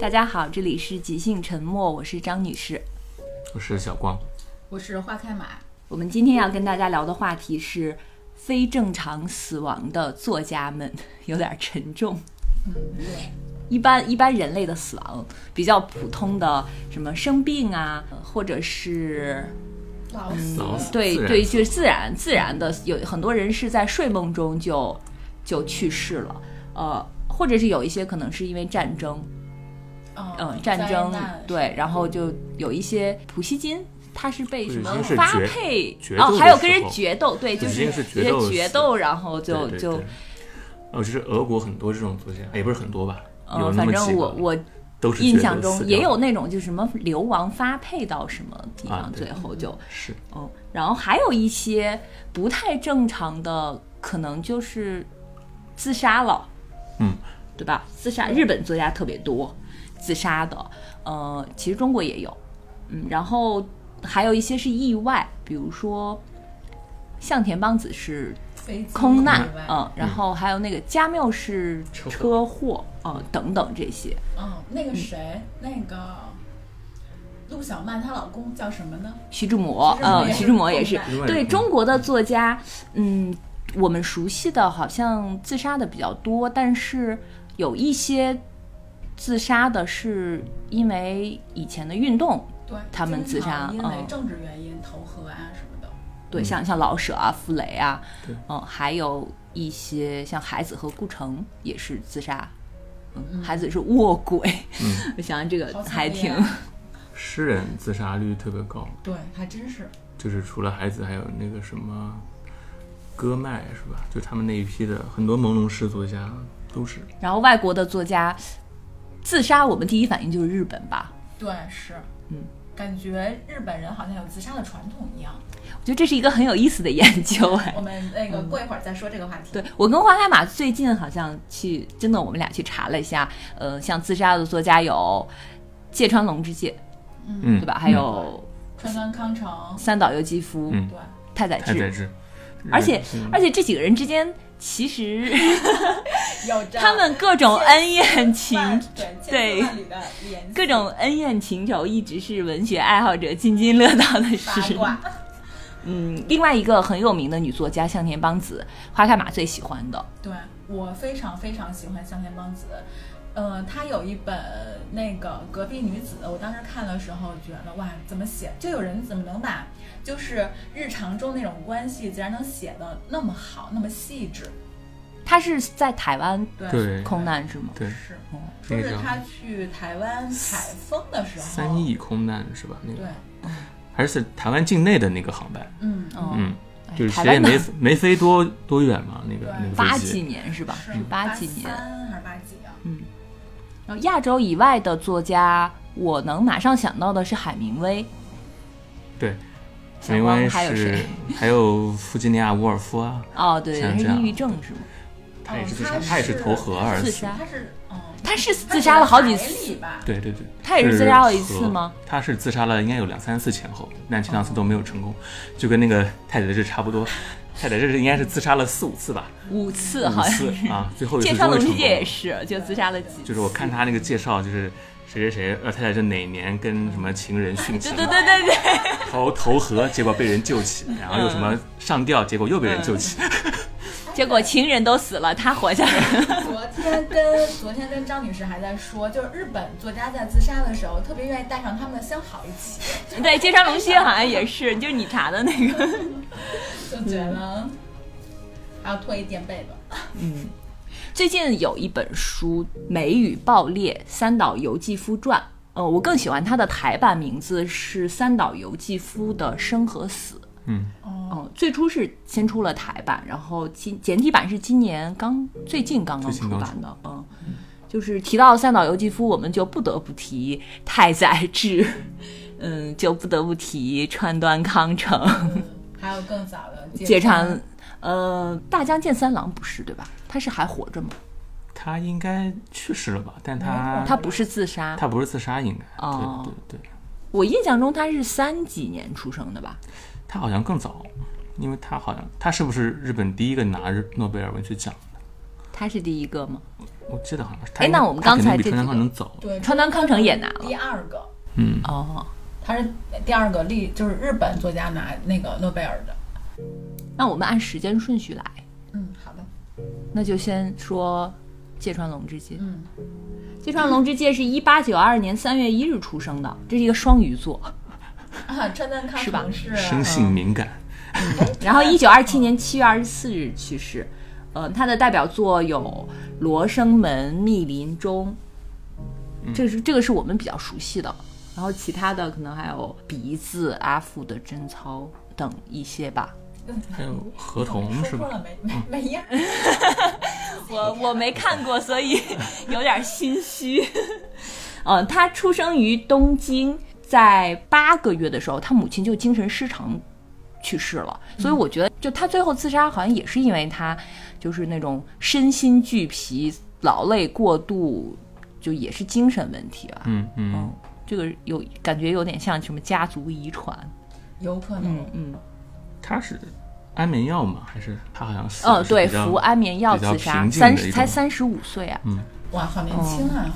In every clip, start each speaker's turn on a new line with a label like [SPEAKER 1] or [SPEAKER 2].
[SPEAKER 1] 大家好，这里是即兴沉默，我是张女士。
[SPEAKER 2] 我是小光。
[SPEAKER 3] 我是花开马，
[SPEAKER 1] 我们今天要跟大家聊的话题是非正常死亡的作家们， 有点沉重。
[SPEAKER 2] 嗯
[SPEAKER 1] 一般一般人类的死亡比较普通的，什么生病啊，或者是
[SPEAKER 3] 老
[SPEAKER 2] 嗯
[SPEAKER 3] 死
[SPEAKER 2] 老死
[SPEAKER 1] 对
[SPEAKER 2] 自然
[SPEAKER 1] 对，
[SPEAKER 2] 死
[SPEAKER 1] 就是自然自然的，有很多人是在睡梦中就就去世了，呃，或者是有一些可能是因为战争，
[SPEAKER 3] 嗯
[SPEAKER 1] 嗯、战争
[SPEAKER 3] 灾难
[SPEAKER 1] 对，然后就有一些普希金。他是被什么
[SPEAKER 2] 普希金是
[SPEAKER 1] 发
[SPEAKER 2] 决
[SPEAKER 1] 配
[SPEAKER 2] 决斗
[SPEAKER 1] 哦，
[SPEAKER 2] 的
[SPEAKER 1] 还有
[SPEAKER 2] 时
[SPEAKER 1] 跟人
[SPEAKER 2] 候
[SPEAKER 1] 决斗，对，就
[SPEAKER 2] 普希
[SPEAKER 1] 是
[SPEAKER 2] 金是决
[SPEAKER 1] 一些
[SPEAKER 2] 斗死
[SPEAKER 1] 决斗，然后就
[SPEAKER 2] 对对
[SPEAKER 1] 就
[SPEAKER 2] 对哦，就是俄国很多这种作家，也不是很多吧，有
[SPEAKER 1] 呃，
[SPEAKER 2] 那
[SPEAKER 1] 反
[SPEAKER 2] 么
[SPEAKER 1] 正
[SPEAKER 2] 几个
[SPEAKER 1] 我我
[SPEAKER 2] 都是
[SPEAKER 1] 印
[SPEAKER 2] 觉得
[SPEAKER 1] 象
[SPEAKER 2] 死
[SPEAKER 1] 中
[SPEAKER 2] 掉
[SPEAKER 1] 也
[SPEAKER 2] 了
[SPEAKER 1] 有那种就是什么流亡发配到什么地
[SPEAKER 2] 啊
[SPEAKER 1] 方，
[SPEAKER 2] 对
[SPEAKER 1] 最后就
[SPEAKER 2] 是
[SPEAKER 1] 嗯，然后还有一些不太正常的，可能就是自杀了，
[SPEAKER 2] 嗯，
[SPEAKER 1] 对吧？自杀，日本作家特别多自杀的，呃，其实中国也有，嗯，然后还有一些是意外，比如说向田邦子是
[SPEAKER 3] 飞机
[SPEAKER 1] 空难
[SPEAKER 3] 意，外
[SPEAKER 1] 嗯，然后还有那个加缪是
[SPEAKER 2] 车祸
[SPEAKER 1] 车祸，嗯，等等这些，
[SPEAKER 3] 嗯，那个谁，那个陆小曼，她老公叫什么呢？
[SPEAKER 1] 徐志摩，嗯，徐
[SPEAKER 3] 徐
[SPEAKER 1] 志
[SPEAKER 3] 志
[SPEAKER 1] 摩
[SPEAKER 3] 摩
[SPEAKER 1] 也
[SPEAKER 3] 也
[SPEAKER 1] 是
[SPEAKER 3] 是
[SPEAKER 2] 另外
[SPEAKER 1] 对
[SPEAKER 2] 一个
[SPEAKER 1] 中国的作家，嗯，我们熟悉的好像自杀的比较多，但是有一些自杀的是因为以前的运动，
[SPEAKER 3] 对，
[SPEAKER 1] 他们自杀
[SPEAKER 3] 经常因为
[SPEAKER 1] 嗯
[SPEAKER 3] 政治原因投河啊什么的。
[SPEAKER 1] 对，像像老舍啊、傅雷啊
[SPEAKER 2] 对，
[SPEAKER 1] 嗯，还有一些像海子和顾城也是自杀。嗯，海子是卧轨， 我想想这个
[SPEAKER 3] 好惨
[SPEAKER 1] 还挺
[SPEAKER 3] 烈，
[SPEAKER 2] 诗人自杀率特别高，
[SPEAKER 3] 对，还真是。
[SPEAKER 2] 就是除了孩子，还有那个什么戈麦是吧？就他们那一批的很多朦胧诗作家都是
[SPEAKER 1] 然后外国的作家自杀，我们第一反应就是日本吧，
[SPEAKER 3] 对，是，
[SPEAKER 1] 嗯，
[SPEAKER 3] 感觉日本人好像有自杀的传统一样。
[SPEAKER 1] 我觉得这是一个很有意思的研究哎
[SPEAKER 3] 我。们那个过一会儿再说这个话题。
[SPEAKER 1] 对，我跟花开马最近好像去，真的我们俩去查了一下，呃，像自杀的作家有芥川龙之介，
[SPEAKER 2] 嗯
[SPEAKER 1] 对吧？还有
[SPEAKER 3] 川端康成，
[SPEAKER 1] 三岛由纪夫、
[SPEAKER 2] 嗯
[SPEAKER 3] 对，
[SPEAKER 1] 太宰
[SPEAKER 2] 太宰
[SPEAKER 1] 治，
[SPEAKER 2] 治，
[SPEAKER 1] 而且
[SPEAKER 2] 日
[SPEAKER 1] 而且这几个人之间其实
[SPEAKER 3] 有着
[SPEAKER 1] 他们各种恩怨情。
[SPEAKER 3] 万对千
[SPEAKER 1] 对
[SPEAKER 3] 丝万缕的联系
[SPEAKER 1] 各种恩怨情仇一直是文学爱好者津津乐道的
[SPEAKER 3] 八
[SPEAKER 1] 事。
[SPEAKER 3] 卦。
[SPEAKER 1] 嗯，另外一个很有名的女作家向田邦子，花开马最喜欢的，
[SPEAKER 3] 对我非常非常喜欢向田邦子，呃，她有一本那个《隔壁女子》，我当时看的时候觉得哇，怎么写就有人怎么能把就是日常中那种关系，竟然能写的那么好，那么细致。
[SPEAKER 1] 她是在台湾
[SPEAKER 3] 对，
[SPEAKER 2] 对
[SPEAKER 1] 空难是吗？
[SPEAKER 2] 对
[SPEAKER 3] 是，
[SPEAKER 1] 哦
[SPEAKER 3] 说
[SPEAKER 2] 那
[SPEAKER 3] 是
[SPEAKER 2] 个
[SPEAKER 3] 她去台湾采风的时候，
[SPEAKER 2] 三亿空难是吧？那
[SPEAKER 3] 对
[SPEAKER 2] 个，还是台湾境内的那个航班，
[SPEAKER 3] 嗯
[SPEAKER 1] 哦
[SPEAKER 2] 嗯，
[SPEAKER 1] 哎
[SPEAKER 2] 就是
[SPEAKER 1] 台
[SPEAKER 2] 谁也
[SPEAKER 1] 湾的
[SPEAKER 2] 没没飞多多远嘛，那个
[SPEAKER 3] 对
[SPEAKER 2] 那个
[SPEAKER 1] 八
[SPEAKER 2] 飞
[SPEAKER 1] 几
[SPEAKER 2] 机，
[SPEAKER 1] 年是吧？嗯
[SPEAKER 3] 是
[SPEAKER 1] 八几年。嗯
[SPEAKER 3] 三还是八几啊？
[SPEAKER 1] 然后亚洲以外的作家，我能马上想到的是海明威，
[SPEAKER 2] 对，
[SPEAKER 1] 小
[SPEAKER 2] 海明
[SPEAKER 1] 汪
[SPEAKER 2] 威
[SPEAKER 1] 还有
[SPEAKER 2] 是
[SPEAKER 1] 谁？
[SPEAKER 2] 还有弗吉尼亚·沃尔夫啊，
[SPEAKER 1] 哦，对，
[SPEAKER 2] 像
[SPEAKER 1] 他是
[SPEAKER 2] 这样
[SPEAKER 1] 抑郁症是吗？
[SPEAKER 2] 他也是
[SPEAKER 3] 哦
[SPEAKER 2] 自杀，
[SPEAKER 3] 他
[SPEAKER 2] 他也是
[SPEAKER 3] 是
[SPEAKER 2] 投河而
[SPEAKER 1] 自
[SPEAKER 2] 死。
[SPEAKER 1] 杀
[SPEAKER 3] 她是嗯，
[SPEAKER 1] 他是
[SPEAKER 3] 她
[SPEAKER 1] 自杀了好几
[SPEAKER 3] 是海
[SPEAKER 1] 次
[SPEAKER 3] 里，吧？
[SPEAKER 2] 对对对，
[SPEAKER 1] 他也是自杀了一次吗？哦
[SPEAKER 2] 是和？他是自杀了，应该有两三次前后，但前两次都没有成功，就跟那个太宰治差不多。太宰治应该是自杀了四五次吧，
[SPEAKER 1] 五次
[SPEAKER 2] 五
[SPEAKER 1] 好像。
[SPEAKER 2] 次啊，最后一
[SPEAKER 1] 芥
[SPEAKER 2] 次
[SPEAKER 1] 川
[SPEAKER 2] 终于
[SPEAKER 1] 龙之
[SPEAKER 2] 成功
[SPEAKER 1] 介也
[SPEAKER 2] 了。
[SPEAKER 1] 是，就自杀了几
[SPEAKER 2] 就是我看他那个介绍，就是谁谁谁，呃，太宰治哪年跟什么情人殉
[SPEAKER 1] 对
[SPEAKER 2] 情，
[SPEAKER 1] 对对对对，
[SPEAKER 2] 投投河，结果被人救起，然后又什
[SPEAKER 1] 嗯
[SPEAKER 2] 么上吊，结果又被人救起。
[SPEAKER 1] 结果情人都死了，他活下来了。
[SPEAKER 3] 昨天跟昨天跟张女士还在说，就是日本作家在自杀的时候，特别愿意带上他们的相好一起，
[SPEAKER 1] 对，芥川龙之介好像也是，就是你查的那个。
[SPEAKER 3] 就觉
[SPEAKER 1] 嗯
[SPEAKER 3] 得还要脱一垫被 子。
[SPEAKER 1] 最近有一本书《美与爆裂：三岛由纪夫传》，呃，我更喜欢它的台版名字是三岛由纪夫的《生和死》。
[SPEAKER 2] 嗯，
[SPEAKER 3] 哦，
[SPEAKER 1] 嗯，最初是先出了台版，然后今简体版是今年刚最近刚刚
[SPEAKER 2] 最近
[SPEAKER 1] 出
[SPEAKER 2] 刚
[SPEAKER 1] 版的。嗯，就是提到三岛由纪夫，我们就不得不提太宰治，嗯，就不得不提川端康成、
[SPEAKER 3] 嗯还有更早的
[SPEAKER 1] 芥
[SPEAKER 3] 川
[SPEAKER 1] 川，，呃，大江健三郎不是对吧？他是还活着吗？
[SPEAKER 2] 他应该去世了吧？但他
[SPEAKER 1] 嗯他不是自杀，
[SPEAKER 2] 他不是自杀，应该
[SPEAKER 1] 啊哦
[SPEAKER 2] 对对对，
[SPEAKER 1] 我印象中他是三几年出生的吧？
[SPEAKER 2] 他好像更早，因为他好像他是不是日本第一个拿日诺贝尔文学奖？
[SPEAKER 1] 他是第一个吗？
[SPEAKER 2] 我记得好像是他
[SPEAKER 1] 哎
[SPEAKER 2] 应该。
[SPEAKER 1] 那我们
[SPEAKER 2] 他
[SPEAKER 1] 刚
[SPEAKER 2] 肯定
[SPEAKER 1] 才
[SPEAKER 2] 比
[SPEAKER 1] 这几
[SPEAKER 2] 川南康
[SPEAKER 1] 个
[SPEAKER 2] 能早。
[SPEAKER 3] 对，
[SPEAKER 1] 川端康成也拿了
[SPEAKER 3] 第二个，
[SPEAKER 2] 嗯，
[SPEAKER 1] 哦，
[SPEAKER 3] 他是第二个立，就是日本作家拿那个诺贝尔的。
[SPEAKER 1] 那我们按时间顺序来，
[SPEAKER 3] 嗯，好的，
[SPEAKER 1] 那就先说芥川龙之介。
[SPEAKER 3] 嗯，
[SPEAKER 1] 芥川龙之介是一八九二年三月一日出生的，这是一个双鱼座。
[SPEAKER 3] 啊，川端康
[SPEAKER 1] 是吧
[SPEAKER 3] 成是啊
[SPEAKER 2] 生性敏感，
[SPEAKER 1] 然后一九二七年七月二十四日去世。呃，他的代表作有《罗生门》《密林中》，这是这个是我们比较熟悉的。然后其他的可能还有《鼻子》《阿富的贞操》等一些吧。
[SPEAKER 2] 还有合同
[SPEAKER 1] 哦
[SPEAKER 3] 说
[SPEAKER 2] 是
[SPEAKER 3] 错
[SPEAKER 2] 吧？嗯
[SPEAKER 3] 了没没没样。
[SPEAKER 1] 我我没看过，所以 有点心虚。 嗯，他出生于东京，在八个月的时候，他母亲就精神失常去世了，所以我觉得，就他最后自杀，好像也是因为他就是那种身心俱疲、劳累过度，就也是精神问题吧。
[SPEAKER 2] 嗯嗯
[SPEAKER 1] 嗯，这个有感觉有点像什么家族遗传。
[SPEAKER 3] 有可能
[SPEAKER 1] 嗯，嗯，
[SPEAKER 2] 他是安眠药吗？还是他好像死
[SPEAKER 1] 哦，
[SPEAKER 2] 的嗯是
[SPEAKER 1] 对，
[SPEAKER 2] 比较
[SPEAKER 1] 服安眠药
[SPEAKER 2] 比较
[SPEAKER 1] 自杀，
[SPEAKER 2] 平静
[SPEAKER 1] 三
[SPEAKER 2] 的一
[SPEAKER 1] 十
[SPEAKER 2] 种嗯
[SPEAKER 1] 才三十五岁啊！
[SPEAKER 3] 哇，好年轻啊！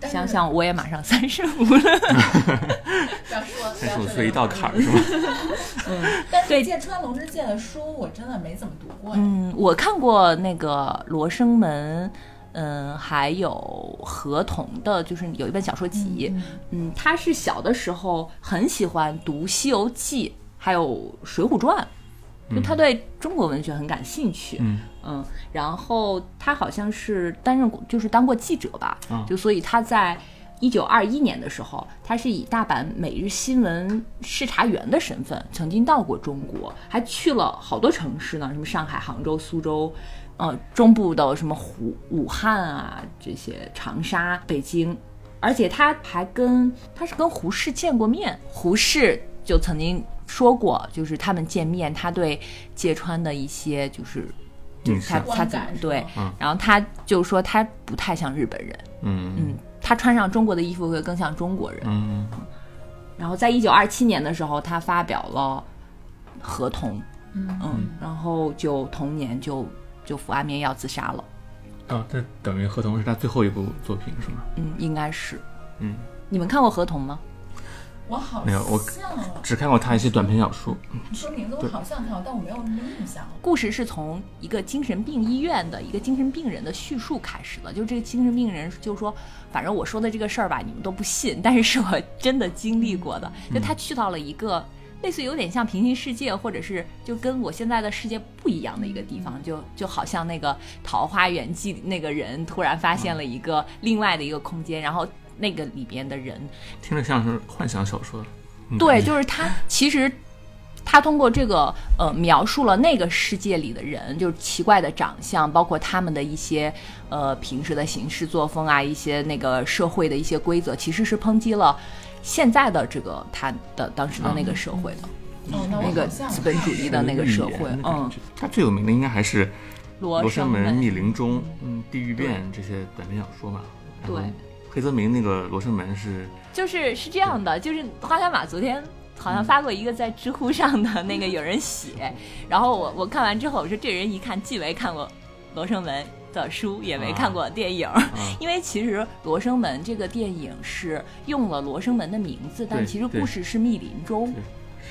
[SPEAKER 3] 但是
[SPEAKER 1] 哦想想我也马上三十五了。
[SPEAKER 3] 不要说，不
[SPEAKER 2] 三十
[SPEAKER 3] 要说
[SPEAKER 2] 五
[SPEAKER 3] 这
[SPEAKER 2] 岁一
[SPEAKER 3] 个
[SPEAKER 2] 道坎儿 是吧？
[SPEAKER 3] 但是
[SPEAKER 1] 对
[SPEAKER 3] 芥川龙之介的书我真的没怎么读过，哎
[SPEAKER 1] 嗯，我看过那个《罗生门》，嗯，还有《合同》的，就是有一本小说集。嗯，他是小的时候很喜欢读《西游记》，还有《水浒传》，就他对中国文学很感兴趣。
[SPEAKER 2] 嗯
[SPEAKER 1] 嗯，然后他好像是担任过，就是当过记者吧，
[SPEAKER 2] 嗯
[SPEAKER 1] 就所以他在。一九二一年的时候，他是以大阪《每日新闻》视察员的身份，曾经到过中国，还去了好多城市呢，什么上海、杭州、苏州，呃，中部的什么湖、武汉啊，这些长沙、北京，而且他还跟他是跟胡适见过面，胡适就曾经说过，就是他们见面，他对芥川的一些就是
[SPEAKER 2] 影
[SPEAKER 1] 他他怎
[SPEAKER 2] 像，
[SPEAKER 1] 么
[SPEAKER 3] 观感
[SPEAKER 1] 对
[SPEAKER 3] 是吗，
[SPEAKER 2] 嗯
[SPEAKER 1] 然后他就说他不太像日本人，
[SPEAKER 2] 嗯
[SPEAKER 1] 嗯，他穿上中国的衣服会更像中国人。
[SPEAKER 2] 嗯
[SPEAKER 1] 然后在一九二七年的时候，他发表了《合同》，
[SPEAKER 3] 嗯
[SPEAKER 1] 嗯，然后就同年就就服安眠药自杀了，
[SPEAKER 2] 哦，这等于合同是他最后一部作品是吗？
[SPEAKER 1] 嗯，应该是。
[SPEAKER 2] 嗯，
[SPEAKER 1] 你们看过《合同》吗？
[SPEAKER 3] 我好
[SPEAKER 2] 没有我
[SPEAKER 3] 像啊
[SPEAKER 2] 只看过他一些短篇小说。
[SPEAKER 3] 你说名字我好像看过，但我没有什么印象了。
[SPEAKER 1] 故事是从一个精神病医院的一个精神病人的叙述开始的。就这个精神病人就说，反正我说的这个事儿吧，你们都不信，但是是我真的经历过的。就他去到了一个类似有点像平行世界，或者是就跟我现在的世界不一样的一个地方，就就好像那个《桃花源记》里那个人突然发现了一个另外的一个空间，然后那个里边的人
[SPEAKER 2] 听着像是幻想小说。嗯
[SPEAKER 1] 对，就是他其实他通过这个呃描述了那个世界里的人，就是奇怪的长相，包括他们的一些呃平时的行事作风啊，一些那个社会的一些规则，其实是抨击了现在的这个他的当时的那个社会的、
[SPEAKER 3] 哦，那我
[SPEAKER 1] 嗯那个
[SPEAKER 3] 好像
[SPEAKER 1] 资本主义的那个社会，嗯，，
[SPEAKER 2] 他最有名的应该还是《
[SPEAKER 1] 罗
[SPEAKER 2] 罗生
[SPEAKER 1] 生
[SPEAKER 2] 门》《密
[SPEAKER 1] 门，
[SPEAKER 2] 林中》嗯，《地狱变》这些短篇小说嘛。然后
[SPEAKER 1] 对
[SPEAKER 2] 黑泽明那个《罗生门》是
[SPEAKER 1] 就是是这样的，就是花开马昨天。好
[SPEAKER 2] 嗯
[SPEAKER 1] 像发过一个在知乎上的那个有人 写，然后我我看完之后，我说这人一看既没看过《罗生门》的书，也没看过电影，
[SPEAKER 2] 啊，
[SPEAKER 1] 因为其实《罗生门》这个电影是用了《罗生门》的名字，但
[SPEAKER 2] 对
[SPEAKER 1] 其实
[SPEAKER 2] 对
[SPEAKER 1] 故事是密林中，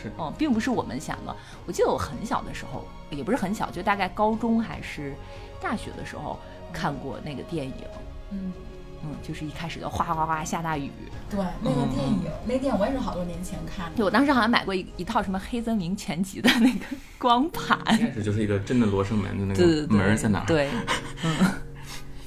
[SPEAKER 2] 是
[SPEAKER 1] 嗯，并不是我们想的。我记得我很小的时候，也不是很小，就大概高中还是大学的时候看过那个电影，
[SPEAKER 3] 嗯，
[SPEAKER 1] 嗯，就是一开始就哗哗哗下大雨，
[SPEAKER 3] 对，那
[SPEAKER 2] 嗯
[SPEAKER 3] 个电影，那电影我也是好多年前看的。
[SPEAKER 1] 对我当时好像买过一一套什么黑泽明全集的那个光盘
[SPEAKER 2] 一，开始就是一个真的罗生门的 那
[SPEAKER 1] 对对
[SPEAKER 2] 个
[SPEAKER 1] 对，
[SPEAKER 2] 哎门儿在哪儿？
[SPEAKER 1] 对，嗯，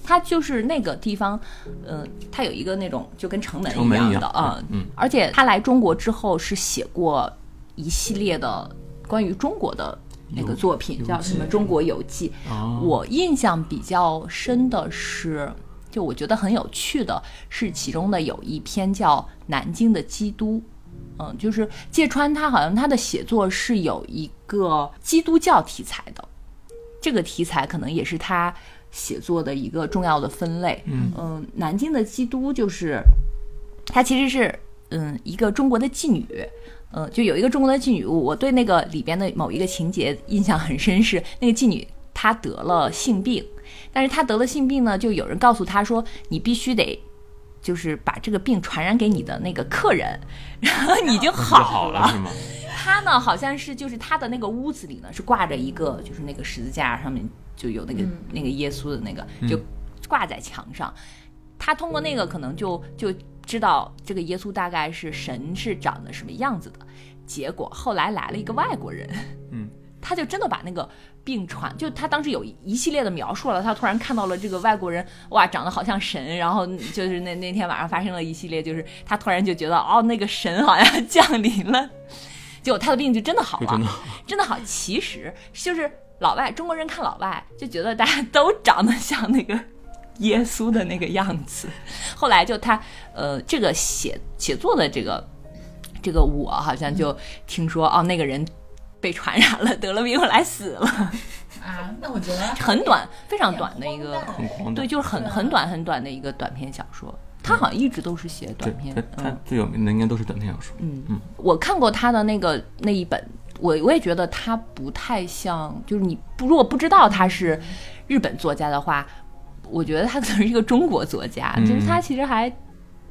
[SPEAKER 1] 它就是那个地方，嗯、它有一个那种就跟城门
[SPEAKER 2] 城门一
[SPEAKER 1] 的
[SPEAKER 2] 样
[SPEAKER 1] 啊，
[SPEAKER 2] 嗯嗯
[SPEAKER 1] 而且他来中国之后是写过一系列的关于中国的那个
[SPEAKER 2] 游
[SPEAKER 1] 作品，
[SPEAKER 2] 游
[SPEAKER 1] 叫什么《中国游记》。
[SPEAKER 2] 哦，
[SPEAKER 1] 我印象比较深的是，就我觉得很有趣的是，其中的有一篇叫《南京的基督》。嗯，就是芥川他好像他的写作是有一个基督教题材的，这个题材可能也是他写作的一个重要的分类。
[SPEAKER 2] 嗯
[SPEAKER 1] 南京的基督就是它其实是嗯一个中国的妓女，嗯，就有一个中国的妓女，我对那个里边的某一个情节印象很深是，那个妓女她得了性病，但是他得了性病呢，就有人告诉他说，你必须得就是把这个病传染给你的那个客人，然后你就
[SPEAKER 2] 就好
[SPEAKER 1] 好
[SPEAKER 2] 了是吗？
[SPEAKER 1] 他呢，好像是就是他的那个屋子里呢是挂着一个就是那个十字架上面就有那个、
[SPEAKER 3] 嗯
[SPEAKER 1] 那个耶稣的那个就挂在墙上，他通过那个可能就就知道这个耶稣大概是神是长得什么样子的。结果后来来了一个外国人，
[SPEAKER 2] 嗯，
[SPEAKER 1] 他就真的把那个病传，就他当时有一系列的描述了，他突然看到了这个外国人，哇，长得好像神，然后就是那那天晚上发生了一系列，就是他突然就觉得哦，那个神好像降临了，结果他的病就真的好
[SPEAKER 2] 就
[SPEAKER 1] 了，
[SPEAKER 2] 真的
[SPEAKER 1] 真的好。其实就是老外中国人看老外就觉得大家都长得像那个耶稣的那个样子。 后来就他呃，这个写写作的这个这个我好像就听说哦，那个人被传染了，得了病后来死了，
[SPEAKER 3] 啊，那我觉得
[SPEAKER 1] 很短，非常短的一个
[SPEAKER 2] 很
[SPEAKER 3] 很，荒诞
[SPEAKER 2] 荒诞
[SPEAKER 1] 对，。就是很很短很短的一个短篇小说。他好像一直都是写短篇
[SPEAKER 2] 他，他
[SPEAKER 1] 嗯。
[SPEAKER 2] 最有名的应该都是短篇小说。嗯
[SPEAKER 1] 我看过他的那个那一本，我我也觉得他不太像，就是你不如果不知道他是日本作家的话，我觉得他可能是一个中国作家，
[SPEAKER 2] 嗯
[SPEAKER 1] 就是他其实还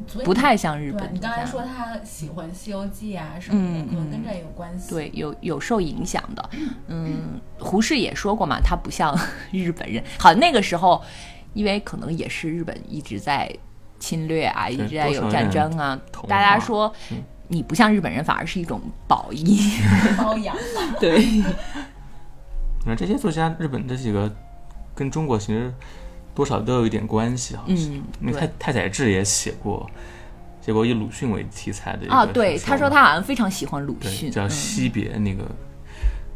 [SPEAKER 3] 所以
[SPEAKER 1] 不太像日本作
[SPEAKER 3] 对
[SPEAKER 1] 家。
[SPEAKER 3] 你刚才说他喜欢《西游记》啊什么的，
[SPEAKER 1] 嗯
[SPEAKER 3] 可能
[SPEAKER 1] 嗯
[SPEAKER 3] 跟这也有关系。
[SPEAKER 1] 对，有有受影响的，嗯，胡适也说过嘛，他不像日本人。好，那个时候，因为可能也是日本一直在侵略啊，一直在
[SPEAKER 2] 多
[SPEAKER 1] 有
[SPEAKER 2] 少
[SPEAKER 1] 战
[SPEAKER 2] 人
[SPEAKER 1] 争啊，
[SPEAKER 2] 同
[SPEAKER 1] 大家
[SPEAKER 2] 化
[SPEAKER 1] 说
[SPEAKER 2] 嗯
[SPEAKER 1] 你不像日本人，反而是一种褒义。
[SPEAKER 3] 包养，
[SPEAKER 1] 对，
[SPEAKER 2] 那这些作家，日本这几个跟中国其实多少都有一点关系，好像是。
[SPEAKER 1] 嗯，
[SPEAKER 2] 那
[SPEAKER 1] 对
[SPEAKER 2] 太太宰治也写过，写过以鲁迅为题材的一个
[SPEAKER 1] 啊，对，
[SPEAKER 2] 小
[SPEAKER 1] 他说
[SPEAKER 2] 嘛
[SPEAKER 1] 他好像非常喜欢鲁
[SPEAKER 2] 对
[SPEAKER 1] 迅，
[SPEAKER 2] 叫
[SPEAKER 1] 嗯
[SPEAKER 2] 惜别那个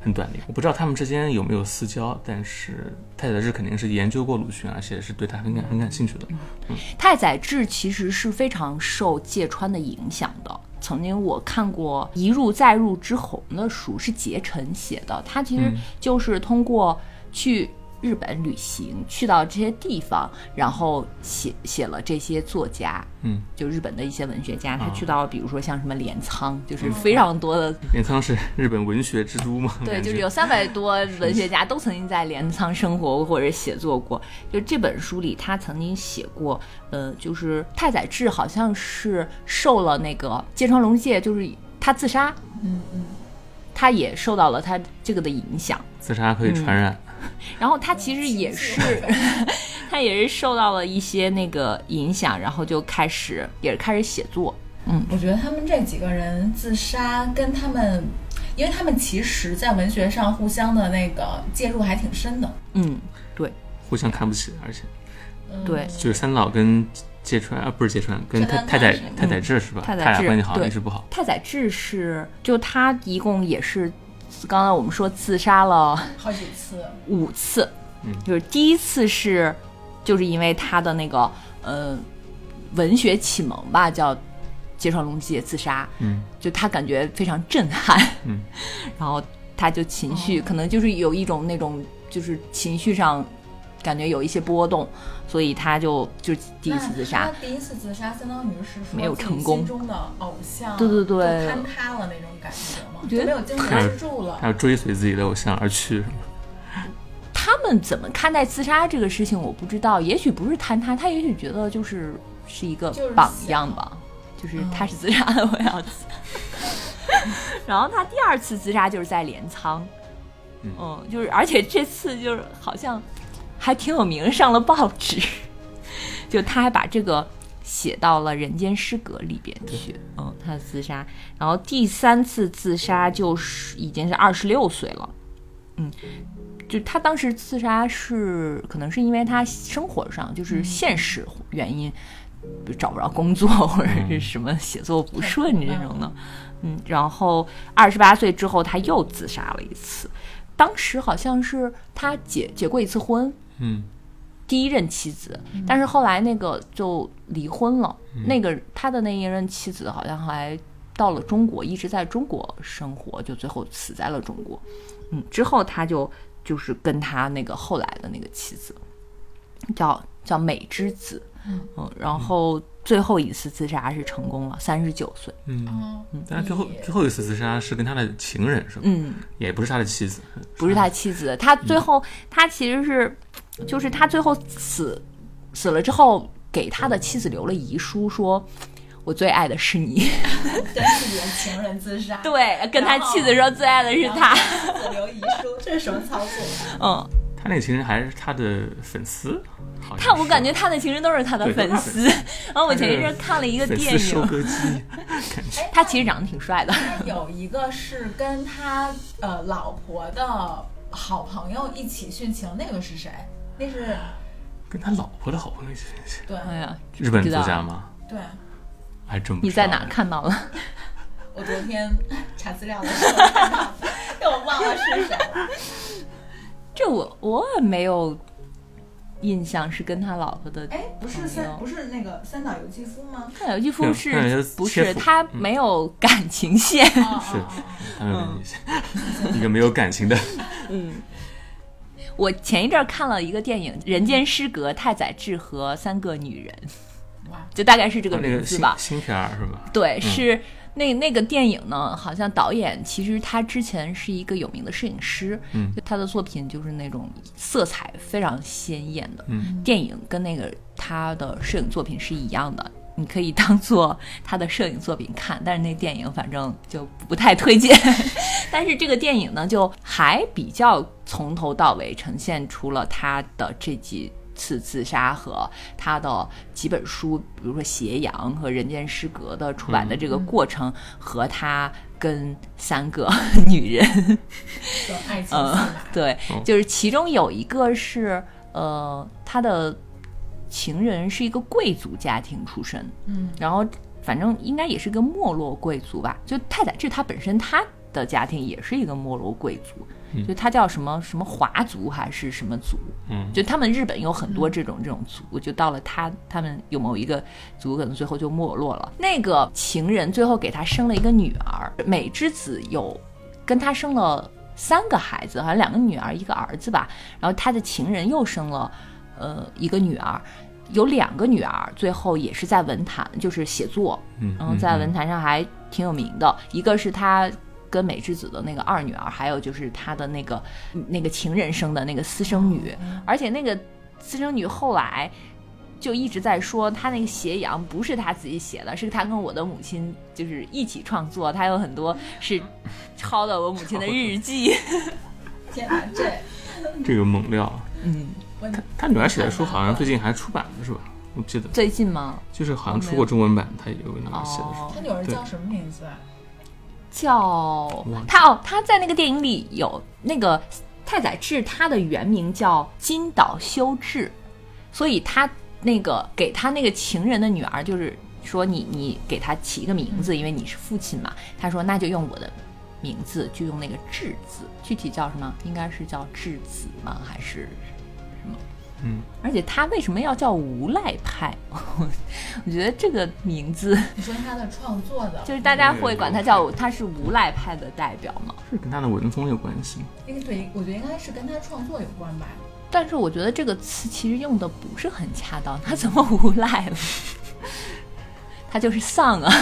[SPEAKER 2] 很短的一个，我不知道他们之间有没有私交，但是太宰治肯定是研究过鲁迅，啊而且是对他很感很感兴趣的。
[SPEAKER 1] 嗯太宰治其实是非常受芥川的影响的。曾经我看过《一入再入之红》的书，是杰晨写的。他其实
[SPEAKER 2] 嗯
[SPEAKER 1] 就是通过去日本旅行，去到这些地方，然后写写了这些作家，
[SPEAKER 2] 嗯，
[SPEAKER 1] 就日本的一些文学家。他
[SPEAKER 2] 啊嗯
[SPEAKER 1] 去到比如说像什么镰仓，就是非常多的，
[SPEAKER 2] 镰仓是日本文学之都嘛，
[SPEAKER 1] 对，
[SPEAKER 2] 感
[SPEAKER 1] 就是
[SPEAKER 2] 觉
[SPEAKER 1] 有三百多文学家都曾经在镰仓生活或者写作过。就这本书里，他曾经写过，呃，就是太宰治好像是受了那个芥川龙之介，就是他自杀，
[SPEAKER 3] 嗯嗯，
[SPEAKER 1] 他也受到了他这个的影响。
[SPEAKER 2] 自杀可以传染，
[SPEAKER 1] 嗯然后他 其实也是，
[SPEAKER 3] 嗯
[SPEAKER 1] 他也是受到了一些那个影响，然后就开始也是开始写作。
[SPEAKER 3] 我觉得他们这几个人自杀，跟他们，因为他们其实，在文学上互相的那个介入还挺深的。
[SPEAKER 1] 嗯，对
[SPEAKER 2] 互相看不起，而且
[SPEAKER 3] 嗯、
[SPEAKER 1] 对，
[SPEAKER 2] 就是三岛跟芥川啊，不是芥川，跟
[SPEAKER 3] 芥
[SPEAKER 2] 太
[SPEAKER 3] 川
[SPEAKER 2] 太宰
[SPEAKER 3] 康是
[SPEAKER 2] 太宰治是吧？他
[SPEAKER 1] 嗯太宰
[SPEAKER 2] 俩
[SPEAKER 1] 治
[SPEAKER 2] 关系好像
[SPEAKER 1] 对
[SPEAKER 2] 一直不好。
[SPEAKER 1] 太宰治是，就他一共也是，刚才我们说自杀了。
[SPEAKER 3] 好几次，
[SPEAKER 1] 五次，
[SPEAKER 2] 嗯
[SPEAKER 1] 就是第一次是，就是因为他的那个呃文学启蒙吧，叫芥川龙之介自杀，
[SPEAKER 2] 嗯，
[SPEAKER 1] 就他感觉非常震撼，
[SPEAKER 2] 嗯，
[SPEAKER 1] 然后他就情绪、可能就是有一种那种就是情绪上感觉有一些波动，所以他就就第一次自杀
[SPEAKER 3] 那，他第一次自杀相当于是说
[SPEAKER 1] 没有
[SPEAKER 3] 自己
[SPEAKER 1] 成功
[SPEAKER 3] 心中的偶像，
[SPEAKER 1] 对对对
[SPEAKER 3] 就坍塌了那种感觉嘛，
[SPEAKER 1] 觉得
[SPEAKER 3] 就没有经
[SPEAKER 2] 太
[SPEAKER 3] 得住了
[SPEAKER 2] 他。要追随自己的偶像而去，是吗
[SPEAKER 1] 他们怎么看待自杀这个事情，我不知道。也许不是坍塌，他也许觉得就是是一个
[SPEAKER 3] 就是
[SPEAKER 1] 榜
[SPEAKER 3] 想
[SPEAKER 1] 样吧，就是他是自杀的，我要自。 然后他第二次自杀就是在镰仓，
[SPEAKER 2] 嗯
[SPEAKER 1] 嗯，就是而且这次就是好像还挺有名，上了报纸。就他还把这个写到了《人间失格》里边去，嗯，他的自杀。然后第三次自杀就是已经是二十六岁了，嗯，就他当时自杀是可能是因为他生活上就是现实原因，比如找不着工作或者是什么写作不顺这种的，嗯，然后二十八岁之后他又自杀了一次，当时好像是他结结过一次婚，
[SPEAKER 2] 嗯，
[SPEAKER 1] 第一任妻子，但是后来那个就离婚了。那个他的那一任妻子好像还到了中国，一直在中国生活，就最后死在了中国。嗯，之后他就就是跟他那个后来的那个妻子，叫叫美之子，
[SPEAKER 3] 嗯
[SPEAKER 1] 嗯，然后最后一次自杀是成功了，三十九岁。
[SPEAKER 2] 嗯，
[SPEAKER 3] 哦，
[SPEAKER 2] 但是最后
[SPEAKER 3] 你
[SPEAKER 2] 最后一次自杀是跟他的情人是吧？
[SPEAKER 1] 嗯，
[SPEAKER 2] 也不是他的妻子，
[SPEAKER 1] 不是他妻子，他最后、他其实是，就是他最后死死了之后，给他的妻子留了遗书，说。我最爱的是你，
[SPEAKER 3] 跟自己的情人自杀，
[SPEAKER 1] 对，跟他妻子说最爱的是他，
[SPEAKER 3] 然后自留遗书，这是什么操 作？
[SPEAKER 1] 嗯，
[SPEAKER 2] 他那个情人还是他的粉丝，好像
[SPEAKER 1] 他我
[SPEAKER 2] 是
[SPEAKER 1] 感觉他的情人都是他的
[SPEAKER 2] 对
[SPEAKER 1] 粉
[SPEAKER 2] 都是
[SPEAKER 1] 丝，然后我前一阵看了一个
[SPEAKER 2] 粉
[SPEAKER 1] 电
[SPEAKER 2] 丝收
[SPEAKER 1] 影，
[SPEAKER 2] 割机，感觉
[SPEAKER 3] 哎，
[SPEAKER 1] 他其实长得挺帅的，
[SPEAKER 3] 他有一个是跟他呃老婆的好朋友一起殉情，那个是谁？那是
[SPEAKER 2] 跟他老婆的好朋友一起
[SPEAKER 3] 对
[SPEAKER 1] 哎呀，
[SPEAKER 2] 日本
[SPEAKER 1] 知
[SPEAKER 2] 作
[SPEAKER 1] 道
[SPEAKER 2] 家吗？
[SPEAKER 3] 对，
[SPEAKER 2] 还真不
[SPEAKER 1] 你在
[SPEAKER 2] 知道
[SPEAKER 1] 哪看到了？
[SPEAKER 3] 我昨天 查资料的时候 看到的，但我忘了是谁了。
[SPEAKER 1] 这我我也没有印象是跟他老婆的。
[SPEAKER 3] 哎，不是
[SPEAKER 1] 朋
[SPEAKER 3] 三
[SPEAKER 1] 友
[SPEAKER 3] 不是那个三岛由纪夫吗？
[SPEAKER 1] 看有一夫
[SPEAKER 2] 那
[SPEAKER 1] 是
[SPEAKER 2] 那就
[SPEAKER 1] 不
[SPEAKER 2] 切
[SPEAKER 1] 是
[SPEAKER 2] 腹
[SPEAKER 1] 他
[SPEAKER 2] 嗯
[SPEAKER 1] 没有感情线？
[SPEAKER 3] 哦
[SPEAKER 2] 是
[SPEAKER 3] 哦哦
[SPEAKER 2] 他们有 一个没有感 情的，
[SPEAKER 1] 嗯，我前一阵儿看了一个电影《人间失格》，太宰治和三个女人，
[SPEAKER 3] 哦哇，
[SPEAKER 1] 就大概是这个
[SPEAKER 2] 那
[SPEAKER 1] 名
[SPEAKER 2] 个
[SPEAKER 1] 字
[SPEAKER 2] 新嗯
[SPEAKER 1] 吧。
[SPEAKER 2] 新片儿是吧？
[SPEAKER 1] 对，是那那个电影呢，好像导演其实他之前是一个有名的摄影师，
[SPEAKER 2] 嗯
[SPEAKER 1] 就他的作品就是那种色彩非常鲜艳的，
[SPEAKER 2] 嗯
[SPEAKER 1] 电影跟那个他的摄影作品是一样的。你可以当做他的摄影作品看，但是那电影反正就不太推荐。但是这个电影呢，就还比较从头到尾呈现出了他的这几次自杀和他的几本书，比如说《斜阳》和《人间失格》的出版的这个过程，和他跟三个 女人，
[SPEAKER 3] 这种爱情戏
[SPEAKER 1] 嗯
[SPEAKER 3] 码，
[SPEAKER 1] 对
[SPEAKER 2] 哦，
[SPEAKER 1] 就是其中有一个是呃，他的情人是一个贵族家庭出身，
[SPEAKER 3] 嗯
[SPEAKER 1] 然后反正应该也是个没落贵族吧。就太宰治他本身他的家庭也是一个没落贵族，
[SPEAKER 2] 嗯
[SPEAKER 1] 就他叫什么什么华族还是什么族，
[SPEAKER 2] 嗯，
[SPEAKER 1] 就他们日本有很多这种这种族，就到了他他们有某一个族，可能最后就没落了。那个情人最后给他生了一个女儿，美之子有跟他生了三个孩子，好像两个女儿一个儿子吧。然后他的情人又生了呃一个女儿，有两个女儿，最后也是在文坛就是写作，
[SPEAKER 2] 嗯
[SPEAKER 1] 然后在文坛上还挺有名的。一个是他跟美智子的那个二女儿，还有就是他的那个那个情人生的那个私生女，
[SPEAKER 2] 哦
[SPEAKER 1] 而且那个私生女后来。就一直在说他那个《斜阳》不是他自己写的，是他跟我的母亲就是一起创作，他有很多是抄的我母亲的日记。
[SPEAKER 3] 天哪，啊 这
[SPEAKER 2] 这个猛料，
[SPEAKER 1] 嗯，
[SPEAKER 3] 我
[SPEAKER 2] 他女儿写的书好像最近还出版了是吧？我记得
[SPEAKER 1] 最近吗？
[SPEAKER 2] 就是好像出过中文版，他也有那个写嗯的书。
[SPEAKER 1] 哦
[SPEAKER 3] 他，女儿叫什么名字啊？
[SPEAKER 1] 叫
[SPEAKER 2] 忘记
[SPEAKER 1] 他哦，他在那个电影里有那个太宰治，他的原名叫金岛修治，所以他那个给他那个情人的女儿，就是说你你给他起一个名字，因为你是父亲嘛。他说那就用我的名字，就用那个智字，具体叫什么？应该是叫智子吗？还是
[SPEAKER 2] 嗯，
[SPEAKER 1] 而且他为什么要叫无赖派？ 我我觉得这个名字
[SPEAKER 3] 你说他的创作的，
[SPEAKER 1] 就是大家会管他叫他是无赖派的代表嘛。
[SPEAKER 2] 这跟他的文风有关系吗。
[SPEAKER 3] 那个对，我觉得应该是跟他创作有关吧。
[SPEAKER 1] 但是我觉得这个词其实用的不是很恰当，他怎么无赖了？ 他就是丧啊！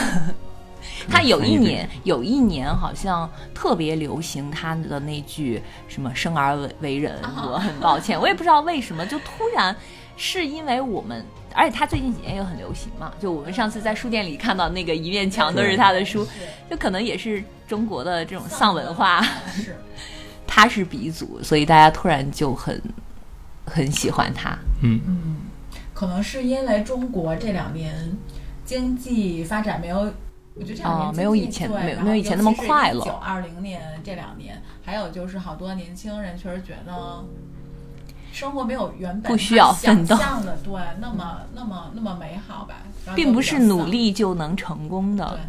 [SPEAKER 1] 他有一年，有一年好像特别流行他的那句什么“生而为为人”，我很抱歉，我也不知道为什么，就突然是因为我们，而且他最近几年也很流行嘛，就我们上次在书店里看到那个一面墙都是他的 书，就可能也是中国的这种丧文化。
[SPEAKER 3] 是，
[SPEAKER 1] 他是鼻祖，所以大家突然就很很喜欢他。
[SPEAKER 2] 嗯，
[SPEAKER 3] 嗯，可能是因为中国这两年经济发展没有。我觉得这两年、
[SPEAKER 1] 哦没有以前没有没有以前那么快了
[SPEAKER 3] 九二零年这两年，还有就是好多年轻人确实觉得生活没有原本
[SPEAKER 1] 不需要
[SPEAKER 3] 他想
[SPEAKER 1] 奋斗
[SPEAKER 3] 象的对那么那么那么美好吧，然后
[SPEAKER 1] 并
[SPEAKER 3] 就
[SPEAKER 1] 不
[SPEAKER 3] 比较
[SPEAKER 1] 是努
[SPEAKER 3] 丧
[SPEAKER 1] 力就能成功的。
[SPEAKER 3] 对，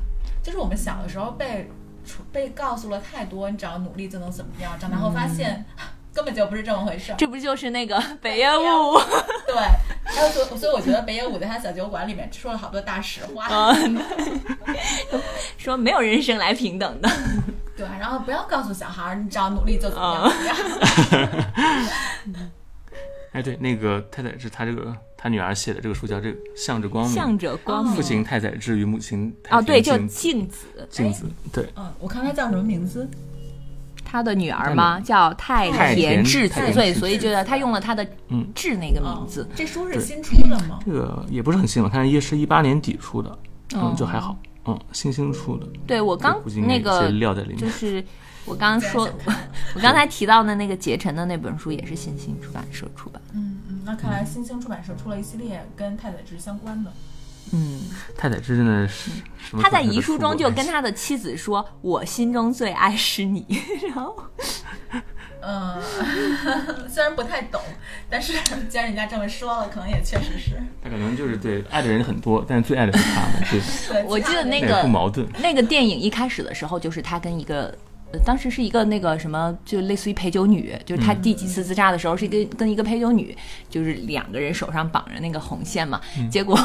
[SPEAKER 3] 就是我们小的时候被处被告诉了太多，你只要努力就能怎么样。长大后发现、根本就不是这么回事儿。
[SPEAKER 1] 这不嗯就是那个 北野武？
[SPEAKER 3] 对，还有所所以我觉得北野武在他小酒馆里面说了好多大实 话。
[SPEAKER 1] 嗯， 说没有人生来平等的。
[SPEAKER 3] 对，然后不要告诉小孩儿，你只要努力就怎
[SPEAKER 1] 啊
[SPEAKER 3] 么样怎么样。
[SPEAKER 2] 哎对，那个太宰治他这个他女儿写的这个书叫《这向着光明》，
[SPEAKER 1] 向着光
[SPEAKER 2] 哦父
[SPEAKER 1] 明。
[SPEAKER 2] 亲太宰治与母亲太
[SPEAKER 1] 哦，对，就哎
[SPEAKER 2] 田静子
[SPEAKER 1] 镜子，
[SPEAKER 2] 镜子，对，
[SPEAKER 3] 嗯，我看他叫什么名字？
[SPEAKER 1] 他的女儿嘛，叫太田智
[SPEAKER 2] 太
[SPEAKER 1] 子，
[SPEAKER 2] 田
[SPEAKER 1] 所以
[SPEAKER 2] 智子
[SPEAKER 1] 所以就他用了他的
[SPEAKER 2] 嗯
[SPEAKER 1] “智”那个名字
[SPEAKER 3] 哦。这书是
[SPEAKER 2] 对
[SPEAKER 3] 新出的吗？
[SPEAKER 2] 这个也不是很新了，看也是一八年底出的，
[SPEAKER 1] 哦
[SPEAKER 2] 嗯，就还好，嗯，新兴出的，
[SPEAKER 1] 对我刚
[SPEAKER 2] 估计应该
[SPEAKER 1] 那
[SPEAKER 2] 有些
[SPEAKER 1] 个
[SPEAKER 2] 料在里
[SPEAKER 1] 就
[SPEAKER 2] 面，
[SPEAKER 1] 是我刚刚 说
[SPEAKER 3] 现在想看了，
[SPEAKER 1] 我刚才提到的那个结晨的那本书也是新兴出版社出版。
[SPEAKER 3] 嗯嗯，那看来新兴出版社出了一系列跟太宰治相关的。
[SPEAKER 1] 嗯，
[SPEAKER 2] 太宰治真的是什么
[SPEAKER 1] 他在
[SPEAKER 2] 都没
[SPEAKER 1] 遗
[SPEAKER 2] 有
[SPEAKER 1] 书
[SPEAKER 2] 出
[SPEAKER 1] 中
[SPEAKER 2] 过
[SPEAKER 1] 就
[SPEAKER 2] 哎
[SPEAKER 1] 跟他的妻子说：“我心中最爱是你。”然 后
[SPEAKER 3] 嗯， 虽然不太懂，但是 既然人家这么说了，可能也确实是。
[SPEAKER 2] 他可能就是对爱的人很多，但是最爱的是他嘛，对，
[SPEAKER 3] 对
[SPEAKER 1] 我记得那
[SPEAKER 2] 那
[SPEAKER 1] 个
[SPEAKER 2] 哎也不矛盾。
[SPEAKER 1] 那个电影一开始的时候，就是他跟一个。呃当时是一个那个什么，就类似于陪酒女，就是他第几次自杀的时候，是跟跟一个陪酒女，就是两个人手上绑着那个红线嘛。结果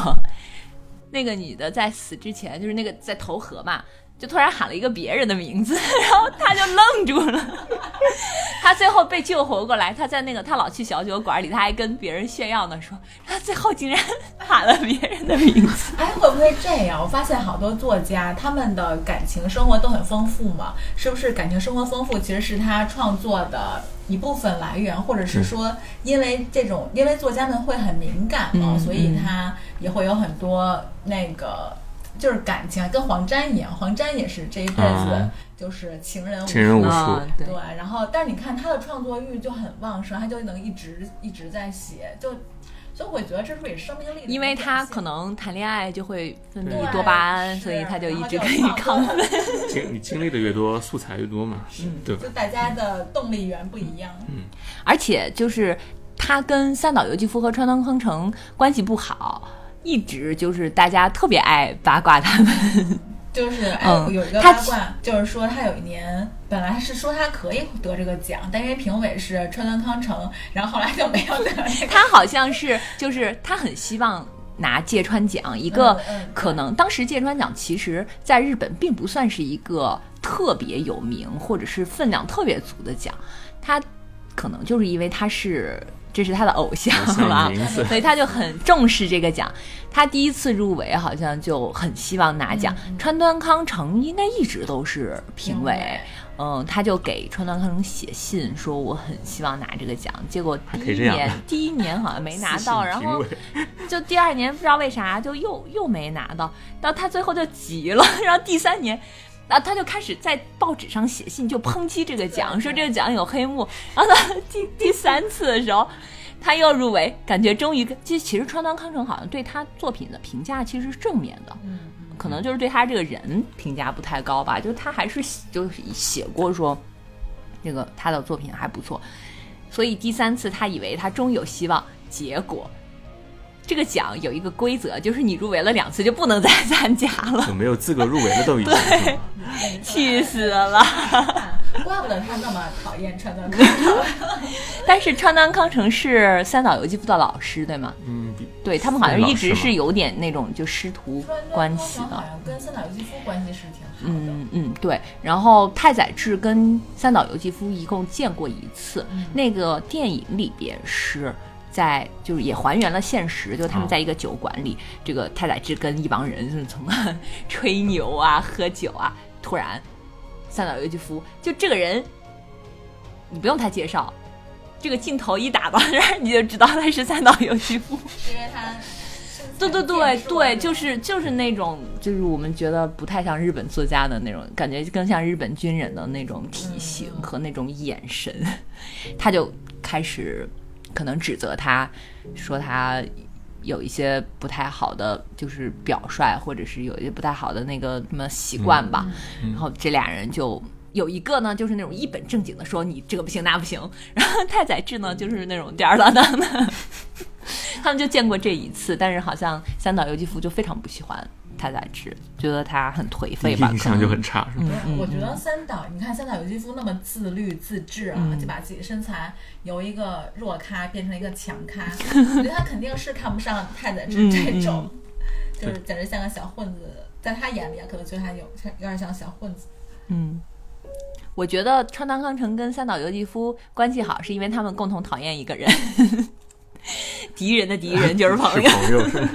[SPEAKER 1] 那个女的在死之前，就是那个在投河嘛，就突然喊了一个别人的名字， 然后他就愣住了。 他最后被救活过来，他在那个他老去小酒馆里，他还跟别人炫耀呢，说他最后竟然喊了别人的名 字。
[SPEAKER 3] 哎，会不会这样？我发现好多作家他们的感情生活都很丰富嘛，是不是？感情生活丰富其实是他创作的一部分来源，或者是说，因为这种，因为作家们会很敏感嘛，
[SPEAKER 1] 嗯
[SPEAKER 3] 所以他也会有很多那个。就是感情啊跟黄沾一样，黄沾也是这一辈子
[SPEAKER 2] 啊
[SPEAKER 3] 就是情人无
[SPEAKER 2] 情人无数
[SPEAKER 1] 啊，对
[SPEAKER 3] 对，然后但是你看他的创作欲就很旺盛，他就能一直一直在写，就所以我觉得这是不是也生命力的一种表现？
[SPEAKER 1] 因为他可能谈恋爱就会分
[SPEAKER 2] 对
[SPEAKER 1] 泌多巴胺，所以他就一直可以亢奋。
[SPEAKER 3] 奋。
[SPEAKER 2] 经你经历的越多，素材越多嘛，
[SPEAKER 1] 嗯
[SPEAKER 2] 对吧
[SPEAKER 3] 就？大家的动力源不一样，
[SPEAKER 1] 而且就是他跟三岛由纪夫和川端康成关系不好，一直就是大家特别爱八卦他 们。
[SPEAKER 3] 就是哎，
[SPEAKER 1] 嗯
[SPEAKER 3] 有一个
[SPEAKER 1] 他
[SPEAKER 3] 八卦，就是说他有一年本来是说他可以得这个奖，但因为评委是川端康成，然后后来就没有得这个。
[SPEAKER 1] 他好像是就是他很希望拿芥川奖，一个
[SPEAKER 3] 嗯嗯
[SPEAKER 1] 可能当时芥川奖其实在日本并不算是一个特别有名或者是分量特别足的奖，他可能就是因为他是这是他的偶像
[SPEAKER 2] 偶像
[SPEAKER 1] 吧
[SPEAKER 2] 名字，
[SPEAKER 1] 所以他就很重视这个奖。他第一次入围好像就很希望拿奖。川端康成应该一直都是嗯评
[SPEAKER 3] 评
[SPEAKER 1] 委
[SPEAKER 3] 委。
[SPEAKER 1] 嗯，他就给川端康成写信说我很希望拿这个奖，结果第
[SPEAKER 2] 可以
[SPEAKER 1] 一
[SPEAKER 2] 这样
[SPEAKER 1] 年第一年好像没拿到，然后
[SPEAKER 2] 私 信
[SPEAKER 1] 就第二年不知道为啥就又又没拿到，到他最后就急了， 然后第三年。啊，他就开始在报纸上写信，就抨击这个奖，
[SPEAKER 3] 对
[SPEAKER 1] 说这个奖有黑幕。然后他第第三次的时候，他又入围，感觉终于跟，其实其实川端康成好像对他作品的评价其实是正面的，
[SPEAKER 3] 嗯，嗯
[SPEAKER 1] 可能就是对他这个人评价不太高吧，就是他还是写就是写过说，这个他的作品还不错，所以第三次他以为他终于有希望，结果这个奖有一个规则，就是你入围了两次就不能再参加了，
[SPEAKER 2] 有没有资格入围的都已经是吧
[SPEAKER 1] 气死了。
[SPEAKER 3] 怪不得他那么讨厌川端 康成。
[SPEAKER 1] 但是川端康成是三岛由纪夫的老师对吗？
[SPEAKER 2] 嗯，比
[SPEAKER 1] 对他们好像一直
[SPEAKER 2] 是老师
[SPEAKER 1] 是
[SPEAKER 2] 吗
[SPEAKER 1] 有点那种就师徒
[SPEAKER 3] 川端
[SPEAKER 1] 关
[SPEAKER 3] 康
[SPEAKER 1] 系
[SPEAKER 3] 成好
[SPEAKER 1] 的。
[SPEAKER 3] 像跟三岛由纪夫关系是挺好的。
[SPEAKER 1] 嗯嗯，对。然后太宰治跟三岛由纪夫一共见过一次，那个电影里边是在就是也还原了现实，就是他们
[SPEAKER 2] 哦
[SPEAKER 1] 在一个酒馆里，这个太宰治跟一帮人就是从吹牛啊、喝酒啊，突然三岛由纪夫就这个人，你不用他介绍。这个镜头一打到这儿，你就知道他是三岛由纪夫。
[SPEAKER 3] 是因为他。
[SPEAKER 1] 对对对
[SPEAKER 3] 啊
[SPEAKER 1] 对，就是就是那种，就是我们觉得不太像日本作家的那种感觉，更像日本军人的那种体型和那种眼神，他就开始可能指责他，说他有一些不太好的就是表率，或者是有一些不太好的那个什么习惯吧。
[SPEAKER 2] 嗯
[SPEAKER 1] 然后这俩人就有一个呢，就是那种一本正经的说你这个不行那不行， 然后太宰治呢就是那种吊儿郎当的。 他们就见过这一次，但是好像三岛由纪夫就非常不喜欢太宰治，觉得他很颓废吧，嗯
[SPEAKER 2] 印
[SPEAKER 1] 可
[SPEAKER 2] 象
[SPEAKER 1] 能
[SPEAKER 2] 就很差，是吧？
[SPEAKER 3] 我觉得三岛，你看三岛由纪夫那么自律自制啊，
[SPEAKER 2] 嗯
[SPEAKER 3] 就把自己身材由一个弱咖变成了一个强 咖，我觉得他肯定是看不上太宰
[SPEAKER 2] 嗯
[SPEAKER 3] 治这种，就是简直像个小混子，在他眼里啊，可能觉得他有他有点像小混子。
[SPEAKER 1] 嗯。我觉得川端康成跟三岛由纪夫关系好，是因为他们共同讨厌一个人， 敌人的敌人就是朋
[SPEAKER 2] 是
[SPEAKER 1] 友。
[SPEAKER 2] 朋友是吧。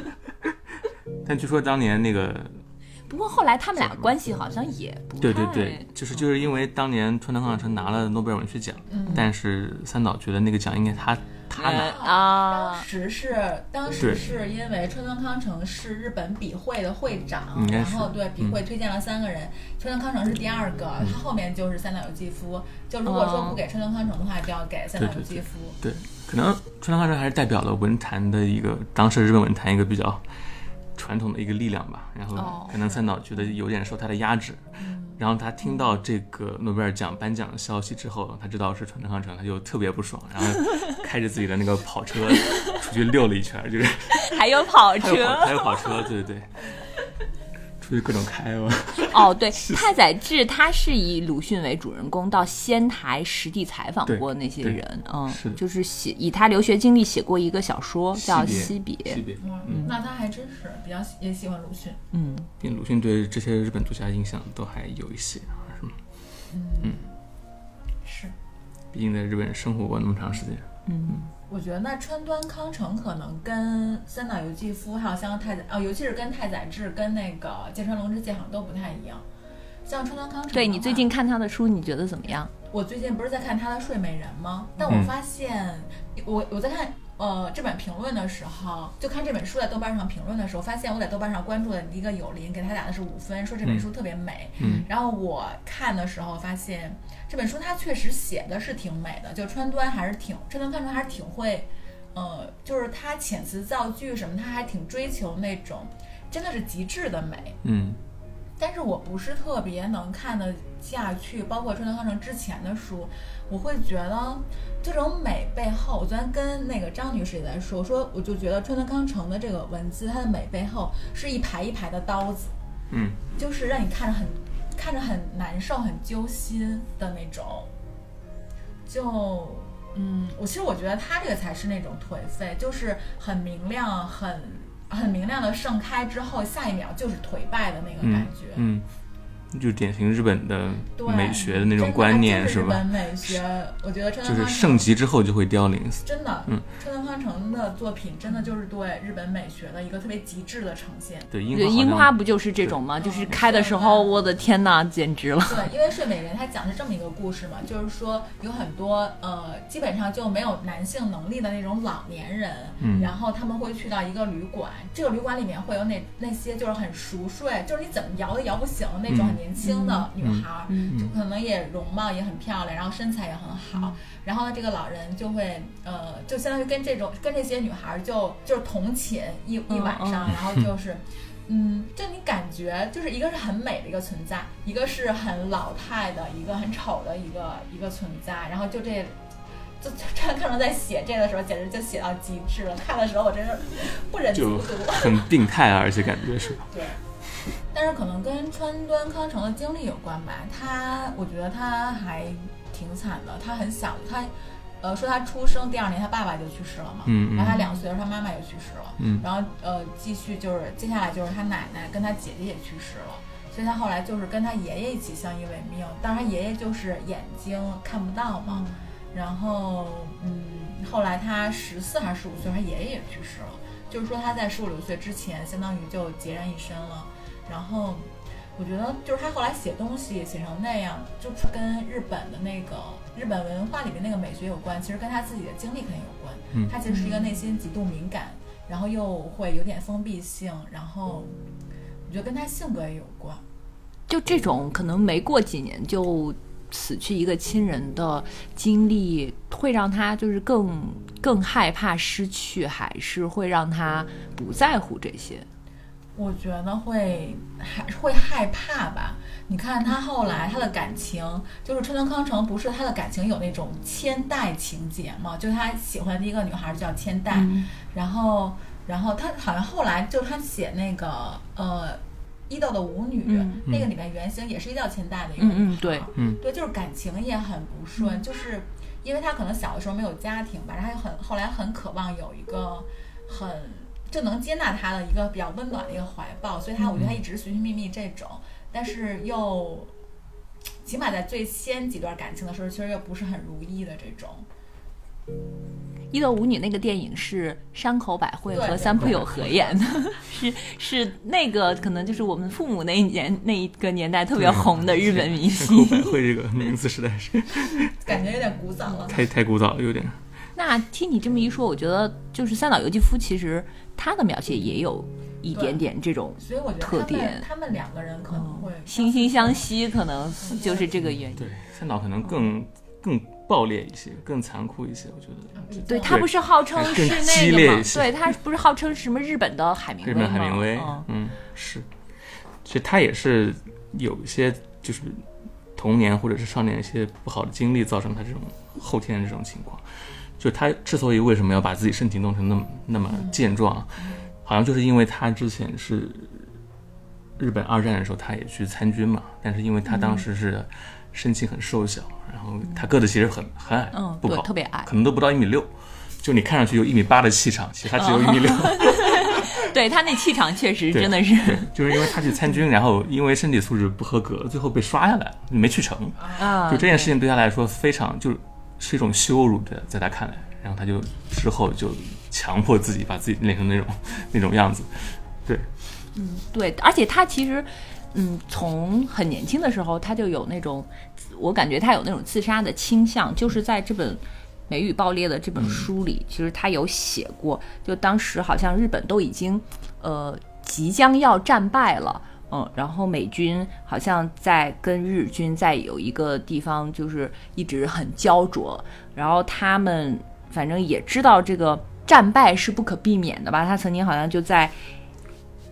[SPEAKER 2] 但据说当年那个，
[SPEAKER 1] 不过后来他们俩关系好像也不
[SPEAKER 2] 对对
[SPEAKER 1] 太
[SPEAKER 2] 对，就是就是因为当年川端康成拿了诺贝尔文学奖，但是三岛觉得那个奖应该他他拿
[SPEAKER 1] 呃，啊
[SPEAKER 3] 当，时是当
[SPEAKER 2] 嗯
[SPEAKER 3] 时
[SPEAKER 2] 对
[SPEAKER 3] 是因为川端康成是日本笔会的会长
[SPEAKER 2] 嗯应，该
[SPEAKER 3] 然
[SPEAKER 2] 是嗯
[SPEAKER 3] 后对笔会推荐了三个人，川端康成是第二个，他后面就是三岛由纪夫。就如果说
[SPEAKER 1] 哦
[SPEAKER 3] 不给川端康成的话，就要给三岛由纪夫。
[SPEAKER 2] 对，可能川端康成还是代表了文坛的一个当时日本文坛一个比较传统的一个力量吧。然
[SPEAKER 1] 哦
[SPEAKER 2] 后可能三岛觉得有点受他的压制，然后他听到这个诺贝尔奖颁奖的消息之后，他知道是川端康成，他就特别不爽，然后开着自己的那个跑车出去溜了一圈儿，就是
[SPEAKER 1] 还有跑
[SPEAKER 2] 他有
[SPEAKER 1] 车
[SPEAKER 2] 跑，他有跑车，对对对，出去各种开啊吧。
[SPEAKER 1] 哦，对，太宰治他是以鲁迅为主人公，到仙台实地采访
[SPEAKER 2] 对
[SPEAKER 1] 过那些
[SPEAKER 2] 对
[SPEAKER 1] 人，嗯，
[SPEAKER 2] 是的
[SPEAKER 1] 就是写以他留学经历写过一个小说叫《
[SPEAKER 2] 惜
[SPEAKER 1] 惜
[SPEAKER 2] 别
[SPEAKER 1] 别》，
[SPEAKER 2] 惜别，
[SPEAKER 3] 嗯，那他还真是比较喜也喜欢鲁迅。
[SPEAKER 1] 嗯，
[SPEAKER 2] 并鲁迅对这些日本作家印象都还有一些，啊是吗？
[SPEAKER 3] 是，
[SPEAKER 2] 毕竟在日本生活过那么长时间。
[SPEAKER 3] 我觉得那川端康成可能跟三岛由纪夫，还有像太宰，哦，尤其是跟太宰治跟那个芥川龙之介好像都不太一样。像川端康成的话，
[SPEAKER 1] 对你最近看他的书，你觉得怎么样？
[SPEAKER 3] 我最近不是在看他的《睡美人》吗？但
[SPEAKER 2] 嗯
[SPEAKER 3] 我发现，我我在看呃这本评论的时候，就看这本书在豆瓣上评论的时候，发现我在豆瓣上关注的一个友邻给他打的是五分，说这本书特别美。
[SPEAKER 2] 嗯
[SPEAKER 3] 然后我看的时候发现，这本书它确实写的是挺美的，就川端还是挺川端看出还是挺会，呃，就是他遣词造句什么，他还挺追求那种真的是极致的美。
[SPEAKER 2] 嗯
[SPEAKER 3] 但是我不是特别能看得下去，包括川端康成之前的书，我会觉得这种美背后，我昨天跟那个张女士也在说，我说我就觉得川端康成的这个文字，它的美背后是一排一排的刀子，
[SPEAKER 2] 嗯，
[SPEAKER 3] 就是让你看着很看着很难受、很揪心的那种。就嗯，我其实我觉得他这个才是那种颓废，就是很明亮、很很明亮的盛开之后，下一秒就是颓败的那个感觉。
[SPEAKER 2] 嗯，就是典型日本的
[SPEAKER 3] 对
[SPEAKER 2] 美学的那
[SPEAKER 3] 真
[SPEAKER 2] 种
[SPEAKER 3] 的
[SPEAKER 2] 观念，
[SPEAKER 3] 就是日
[SPEAKER 2] 吧
[SPEAKER 3] 本？美学，我觉得川
[SPEAKER 2] 就
[SPEAKER 3] 端
[SPEAKER 2] 是
[SPEAKER 3] 康
[SPEAKER 2] 盛
[SPEAKER 3] 成
[SPEAKER 2] 极之后就会凋零。
[SPEAKER 3] 真的，
[SPEAKER 2] 嗯
[SPEAKER 3] 川端康成的作品真的就是对日本美学的一个特别极致的呈现。
[SPEAKER 2] 对，
[SPEAKER 1] 对，
[SPEAKER 2] 樱
[SPEAKER 1] 樱
[SPEAKER 2] 花好
[SPEAKER 1] 花
[SPEAKER 2] 像
[SPEAKER 1] 不就是这种吗？就是
[SPEAKER 3] 嗯
[SPEAKER 1] 开的时候，
[SPEAKER 3] 是的
[SPEAKER 1] 我的天呐，简直了！
[SPEAKER 3] 对，因为《睡美人》它讲的是这么一个故事嘛，就是说有很多呃，基本上就没有男性能力的那种老年人，
[SPEAKER 2] 嗯
[SPEAKER 3] 然后他们会去到一个旅馆，这个旅馆里面会有那那些就是很熟睡，就是你怎么摇都摇不醒的那种
[SPEAKER 2] 嗯
[SPEAKER 3] 很年轻的女孩儿，
[SPEAKER 1] 嗯
[SPEAKER 3] 就可能也容貌也很漂亮，然后身材也很好，然后这个老人就会呃，就相当于跟这种跟这些女孩儿就就是同寝一一晚上，然后就是。嗯，就你感觉就是一个是很美的一个存在，一个是很老态的一个很丑的一个一个存在，然后就这。就 这看到在写这个的时候，简直就写到极致了。看的时候我真是不忍卒
[SPEAKER 2] 就
[SPEAKER 3] 读。
[SPEAKER 2] 很病态啊，而且感 觉是吧？
[SPEAKER 3] 对，但是可能跟川端康成的经历有关吧。他，我觉得他还挺惨的。他很小，他，呃，说他出生第二年，他爸爸就去世了嘛。
[SPEAKER 2] 嗯
[SPEAKER 3] 然后
[SPEAKER 2] 嗯
[SPEAKER 3] 他两岁的时候，他妈妈也去世了。
[SPEAKER 2] 嗯
[SPEAKER 3] 然后呃，继续就是接下来就是他奶奶跟他姐姐也去世了，所以他后来就是跟他爷爷一起相依为命。但是他爷爷就是眼睛看不到嘛，然后嗯，后来他十四还是十五岁，他爷爷也去世了，就是说他在十五六岁之前，相当于就孑然一身了。然后我觉得就是他后来写东西写成那样，就是跟日本的那个日本文化里面那个美学有关，其实跟他自己的经历肯定有关。
[SPEAKER 2] 嗯
[SPEAKER 3] 他其实是一个内心极度敏感，然后又会有点封闭性，然后我觉得跟他性格也有关。
[SPEAKER 1] 就这种可能没过几年就死去一个亲人的经历，会让他就是更更害怕失去，还是会让他不在乎这些？
[SPEAKER 3] 我觉得会害会害怕吧。你看他后来他的感情，就是川端康成不是他的感情有那种千代情节嘛？就是他喜欢的一个女孩叫千代，
[SPEAKER 1] 嗯
[SPEAKER 3] 然后然后他好像后来就是他写那个呃伊豆的舞女、
[SPEAKER 1] 嗯
[SPEAKER 3] 那个里面原型也是伊豆千代的一个
[SPEAKER 1] 嗯
[SPEAKER 3] 女孩，
[SPEAKER 1] 嗯对
[SPEAKER 2] 嗯
[SPEAKER 3] 对，就是感情也很不顺，
[SPEAKER 1] 嗯
[SPEAKER 3] 就是因为他可能小的时候没有家庭吧，然后他很后来很渴望有一个很就能接纳他的一个比较温暖的一个怀抱，所以他我
[SPEAKER 1] 嗯
[SPEAKER 3] 觉得他一直寻寻觅觅这种，但是又起码在最先几段感情的时候，其实又不是很如意的这种。
[SPEAKER 1] 一个舞女》那个电影是山口百惠
[SPEAKER 3] 对
[SPEAKER 1] 和三浦友和演 的，是是那个可能就是我们父母那一年那一个年代特别红的日本明
[SPEAKER 2] 山 口百
[SPEAKER 1] 星。
[SPEAKER 2] 惠这个名字实在是
[SPEAKER 3] 感觉有点古早了。
[SPEAKER 2] 太太古早了，有点。
[SPEAKER 1] 那听你这么一说，我觉得就是三岛由纪夫其实他的描写也有一点点这种
[SPEAKER 3] 所以我觉得
[SPEAKER 1] 特
[SPEAKER 3] 他们
[SPEAKER 1] 点
[SPEAKER 3] 他们两个人可能会
[SPEAKER 1] 嗯惺惺相惜，可能就是这个原因。
[SPEAKER 2] 对，三岛可能更更暴烈一些，更残酷一些，我觉得。
[SPEAKER 1] 对
[SPEAKER 3] 他
[SPEAKER 1] 他不是号称
[SPEAKER 2] 对
[SPEAKER 1] 是
[SPEAKER 2] 更
[SPEAKER 1] 那
[SPEAKER 2] 激
[SPEAKER 1] 个
[SPEAKER 2] 烈
[SPEAKER 1] 吗
[SPEAKER 2] 一？些
[SPEAKER 1] 对他不是号称什么日本的海明
[SPEAKER 2] 日
[SPEAKER 1] 威
[SPEAKER 2] 本
[SPEAKER 1] 吗？
[SPEAKER 2] 海明威
[SPEAKER 1] 嗯，
[SPEAKER 2] 嗯，是。其实他也是有一些就是童年或者是少年一些不好的经历，造成他这种后天的这种情况。就他之所以为什么要把自己身体弄成那么那么
[SPEAKER 1] 嗯
[SPEAKER 2] 健壮，好像就是因为他之前是日本二战的时候，他也去参军嘛，但是因为他
[SPEAKER 1] 嗯
[SPEAKER 2] 当时是身形很瘦小，然后他个子其实很很矮，
[SPEAKER 1] 嗯，
[SPEAKER 2] 不
[SPEAKER 1] 对
[SPEAKER 2] 高，，
[SPEAKER 1] 特别矮。
[SPEAKER 2] 可能都不到一米六，就你看上去有一米八的气场，其实他只有一米
[SPEAKER 1] 嗯
[SPEAKER 2] 六。
[SPEAKER 1] 对他那气场确实
[SPEAKER 2] 对
[SPEAKER 1] 真的是，
[SPEAKER 2] 对， 就是因为他去参军，然后因为身体素质不合格，最后被刷下来了，没去成。
[SPEAKER 1] 啊，
[SPEAKER 2] 就这件事情对他来说非常就是是一种羞辱的，在他看来，然后他就之后就强迫自己把自己练成那种 那种样子。对，
[SPEAKER 1] 对，而且他其实，嗯，从很年轻的时候他就有那种，我感觉他有那种自杀的倾向，就是在这本《美与爆裂》的这本书里，其实他有写过，就当时好像日本都已经，呃，即将要战败了。嗯，然后美军好像在跟日军在有一个地方就是一直很焦灼，然后他们反正也知道这个战败是不可避免的吧。他曾经好像就在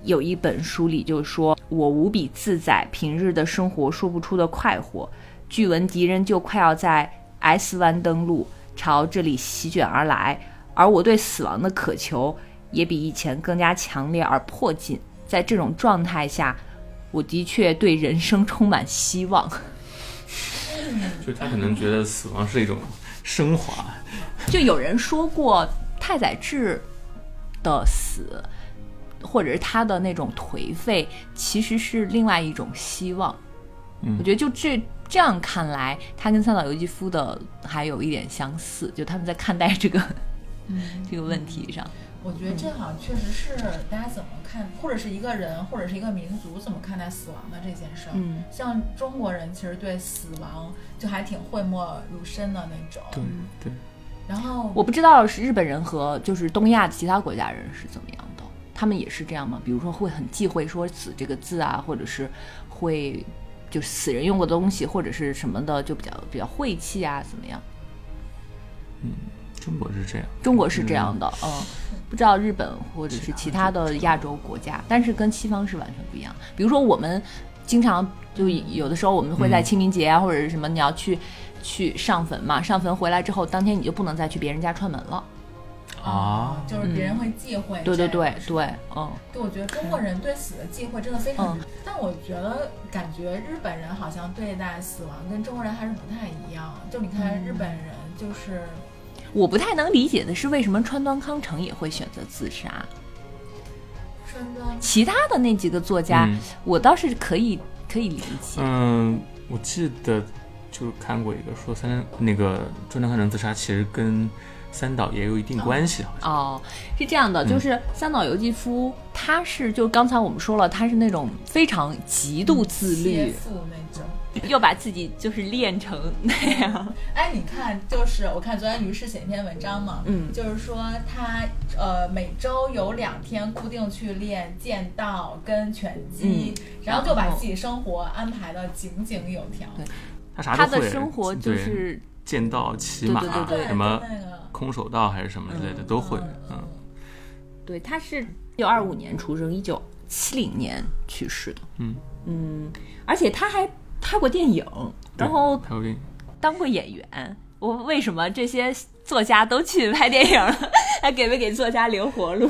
[SPEAKER 1] 有一本书里就说：“我无比自在，平日的生活说不出的快活。据闻敌人就快要在 S 湾登陆，朝这里席卷而来，而我对死亡的渴求也比以前更加强烈而迫近。在这种状态下，我的确对人生充满希望。
[SPEAKER 2] 就他可能觉得死亡是一种升华，
[SPEAKER 1] 就有人说过太宰治的死，或者是他的那种颓废，其实是另外一种希望。
[SPEAKER 2] 嗯
[SPEAKER 1] 我觉得就这这样看来，他跟三岛由纪夫的还有一点相似，就他们在看待这个
[SPEAKER 3] 嗯，
[SPEAKER 1] 这个问题上。
[SPEAKER 3] 我觉得这好像确实是大家怎么看，或者是一个人，或者是一个民族怎么看待死亡的这件事儿。
[SPEAKER 1] 嗯，
[SPEAKER 3] 像中国人其实对死亡就还挺讳莫如深的那种。
[SPEAKER 2] 对对，
[SPEAKER 3] 然后
[SPEAKER 1] 我不知道是日本人和就是东亚其他国家人是怎么样的，他们也是这样吗？比如说会很忌讳说“死”这个字啊，或者是会就是死人用过的东西或者是什么的，就比较比较晦气啊，怎么样？
[SPEAKER 2] 中国是这样。
[SPEAKER 1] 中国是这样的，嗯，不知道日本或者是其他的亚洲国家，但是跟西方是完全不一样。比如说我们经常就有的时候我们会在
[SPEAKER 2] 嗯
[SPEAKER 1] 清明节啊、或者是什么，你要去去上坟嘛，上坟回来之后，当天你就不能再去别人家串门了。哦
[SPEAKER 2] 啊
[SPEAKER 3] 就是别人会忌讳。
[SPEAKER 1] 对对对对，嗯，
[SPEAKER 3] 对，我觉得中国人对死的忌讳真的非常，但我觉得感觉日本人好像对待死亡跟中国人还是不太一样。就你
[SPEAKER 1] 嗯
[SPEAKER 3] 看日本人就是，
[SPEAKER 1] 我不太能理解的是为什么川端康成也会选择自杀，
[SPEAKER 3] 川端
[SPEAKER 1] 其他的那几个作家，
[SPEAKER 2] 嗯
[SPEAKER 1] 我倒是可以可以理解。
[SPEAKER 2] 嗯，我记得就是看过一个说三那个川端康成自杀，其实跟三岛也有一定关系，好像。
[SPEAKER 1] 哦，是这样的，就是三岛由纪夫，他是就刚才我们说了，他是那种非常极度自
[SPEAKER 3] 切
[SPEAKER 1] 律，
[SPEAKER 3] 腹那种。
[SPEAKER 1] 又把自己就是练成那样。
[SPEAKER 3] 哎，你看，就是我看昨天于适写一篇文章嘛，
[SPEAKER 1] 嗯
[SPEAKER 3] 就是说他呃每周有两天固定去练剑道跟拳击，
[SPEAKER 1] 嗯
[SPEAKER 3] 然后就把
[SPEAKER 1] 然后
[SPEAKER 3] 自己生活安排的井井有条。
[SPEAKER 1] 对
[SPEAKER 2] 他啥
[SPEAKER 1] 他
[SPEAKER 2] 都会。
[SPEAKER 1] 的生活就
[SPEAKER 2] 对
[SPEAKER 1] 是
[SPEAKER 2] 剑道、骑马、
[SPEAKER 1] 对对对对
[SPEAKER 2] 什么
[SPEAKER 3] 就那个
[SPEAKER 2] 空手道还是什么之类的、都会。嗯，
[SPEAKER 1] 对，他是一九二五年出生，一九七零年去世的。
[SPEAKER 2] 嗯
[SPEAKER 1] 嗯，而且他还拍过电影，然后
[SPEAKER 2] 还有这
[SPEAKER 1] 当过演员，我为什么这些作家都去拍电影了？还给没给作家留活路？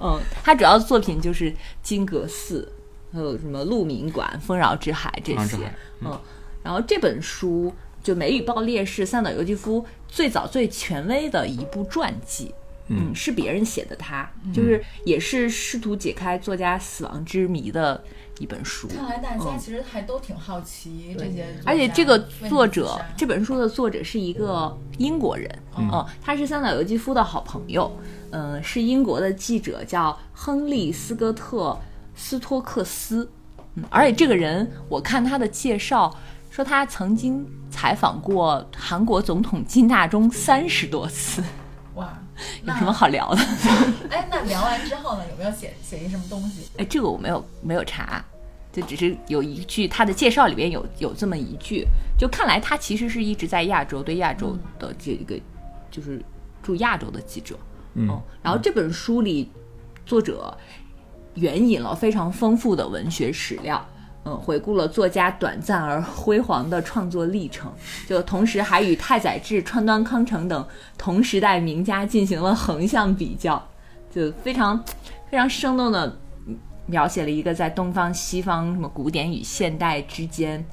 [SPEAKER 1] 嗯，他主要作品就是《金阁寺》，还有什么《鹿鸣馆》《丰饶之海》这
[SPEAKER 2] 风之
[SPEAKER 1] 些
[SPEAKER 2] 海。
[SPEAKER 1] 嗯，然后这本书就《美与爆裂》是三岛由纪夫最早最权威的一部传记。
[SPEAKER 2] 嗯
[SPEAKER 1] 是别人写的他，就是也是试图解开作家死亡之谜的一本书。
[SPEAKER 3] 看来大家
[SPEAKER 1] 嗯
[SPEAKER 3] 其实还都挺好奇这些作家，
[SPEAKER 1] 而且这个作者
[SPEAKER 3] 为什么自杀，
[SPEAKER 1] 这本书的作者是一个英国人，哦
[SPEAKER 3] 嗯
[SPEAKER 1] 他是三岛由纪夫的好朋友，嗯、是英国的记者，叫亨利·斯科特·斯托克斯，嗯，而且这个人，我看他的介绍说他曾经采访过韩国总统金大中三十多次，
[SPEAKER 3] 哇，
[SPEAKER 1] 有
[SPEAKER 3] 那
[SPEAKER 1] 什么？好聊的？
[SPEAKER 3] 哎，那聊完之后呢，有没有写写一什么东西？
[SPEAKER 1] 哎，这个我没有没有查，就只是有一句他的介绍里边有有这么一句，就看来他其实是一直在亚洲对亚洲的这个、就是驻亚洲的记者。
[SPEAKER 2] 嗯，
[SPEAKER 1] 然后这本书里作者援引了非常丰富的文学史料。嗯，回顾了作家短暂而辉煌的创作历程，就同时还与太宰治、川端康成等同时代名家进行了横向比较，就非常非常生动的描写了一个在东方、西方什么古典与现代之间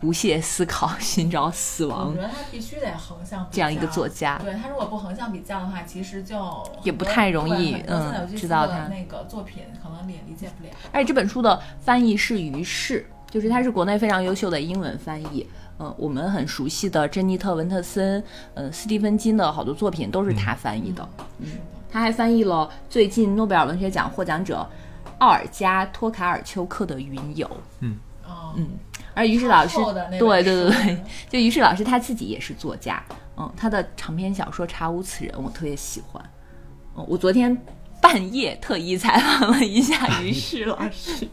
[SPEAKER 1] 不懈思考、寻找死
[SPEAKER 3] 我
[SPEAKER 1] 亡
[SPEAKER 3] 觉得他必须得横向比
[SPEAKER 1] 这样一个
[SPEAKER 3] 较
[SPEAKER 1] 作家。
[SPEAKER 3] 对他如果不横向比较的话，其实就
[SPEAKER 1] 也不太容易
[SPEAKER 3] 对很多
[SPEAKER 1] 嗯
[SPEAKER 3] 现在有句
[SPEAKER 1] 知道
[SPEAKER 3] 新
[SPEAKER 1] 他
[SPEAKER 3] 的那个作品，可能也理解不了。
[SPEAKER 1] 而且这本书的翻译是于适，就是他是国内非常优秀的英文翻译。嗯，我们很熟悉的珍妮特·文特森，嗯，斯蒂芬金的好多作品都是他翻译的。
[SPEAKER 3] 嗯是的，
[SPEAKER 1] 他还翻译了最近诺贝尔文学奖获奖者奥尔加·托卡尔丘克的《云游》。
[SPEAKER 3] 哦，
[SPEAKER 1] 嗯而于适老师
[SPEAKER 3] 他后的那，本
[SPEAKER 1] 对对对
[SPEAKER 3] 书
[SPEAKER 1] 对，就于适老师他自己也是作家，嗯，他的长篇小说《查无此人》我特别喜欢，嗯，我昨天半夜特意采访了一下于适老师，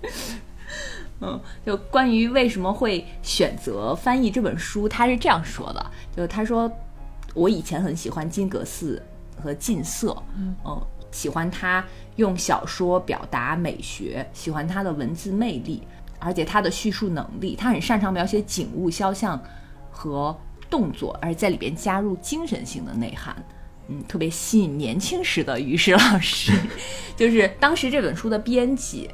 [SPEAKER 1] 嗯，就关于为什么会选择翻译这本书，他是这样说的，就是他说我以前很喜欢金阁寺和近色，
[SPEAKER 3] 嗯
[SPEAKER 1] 嗯，喜欢他用小说表达美学，喜欢他的文字魅力，而且他的叙述能力，他很擅长描写景物、肖像和动作，而在里边加入精神性的内涵。嗯，特别吸引年轻时的于适老师， 就是当时这本书的编辑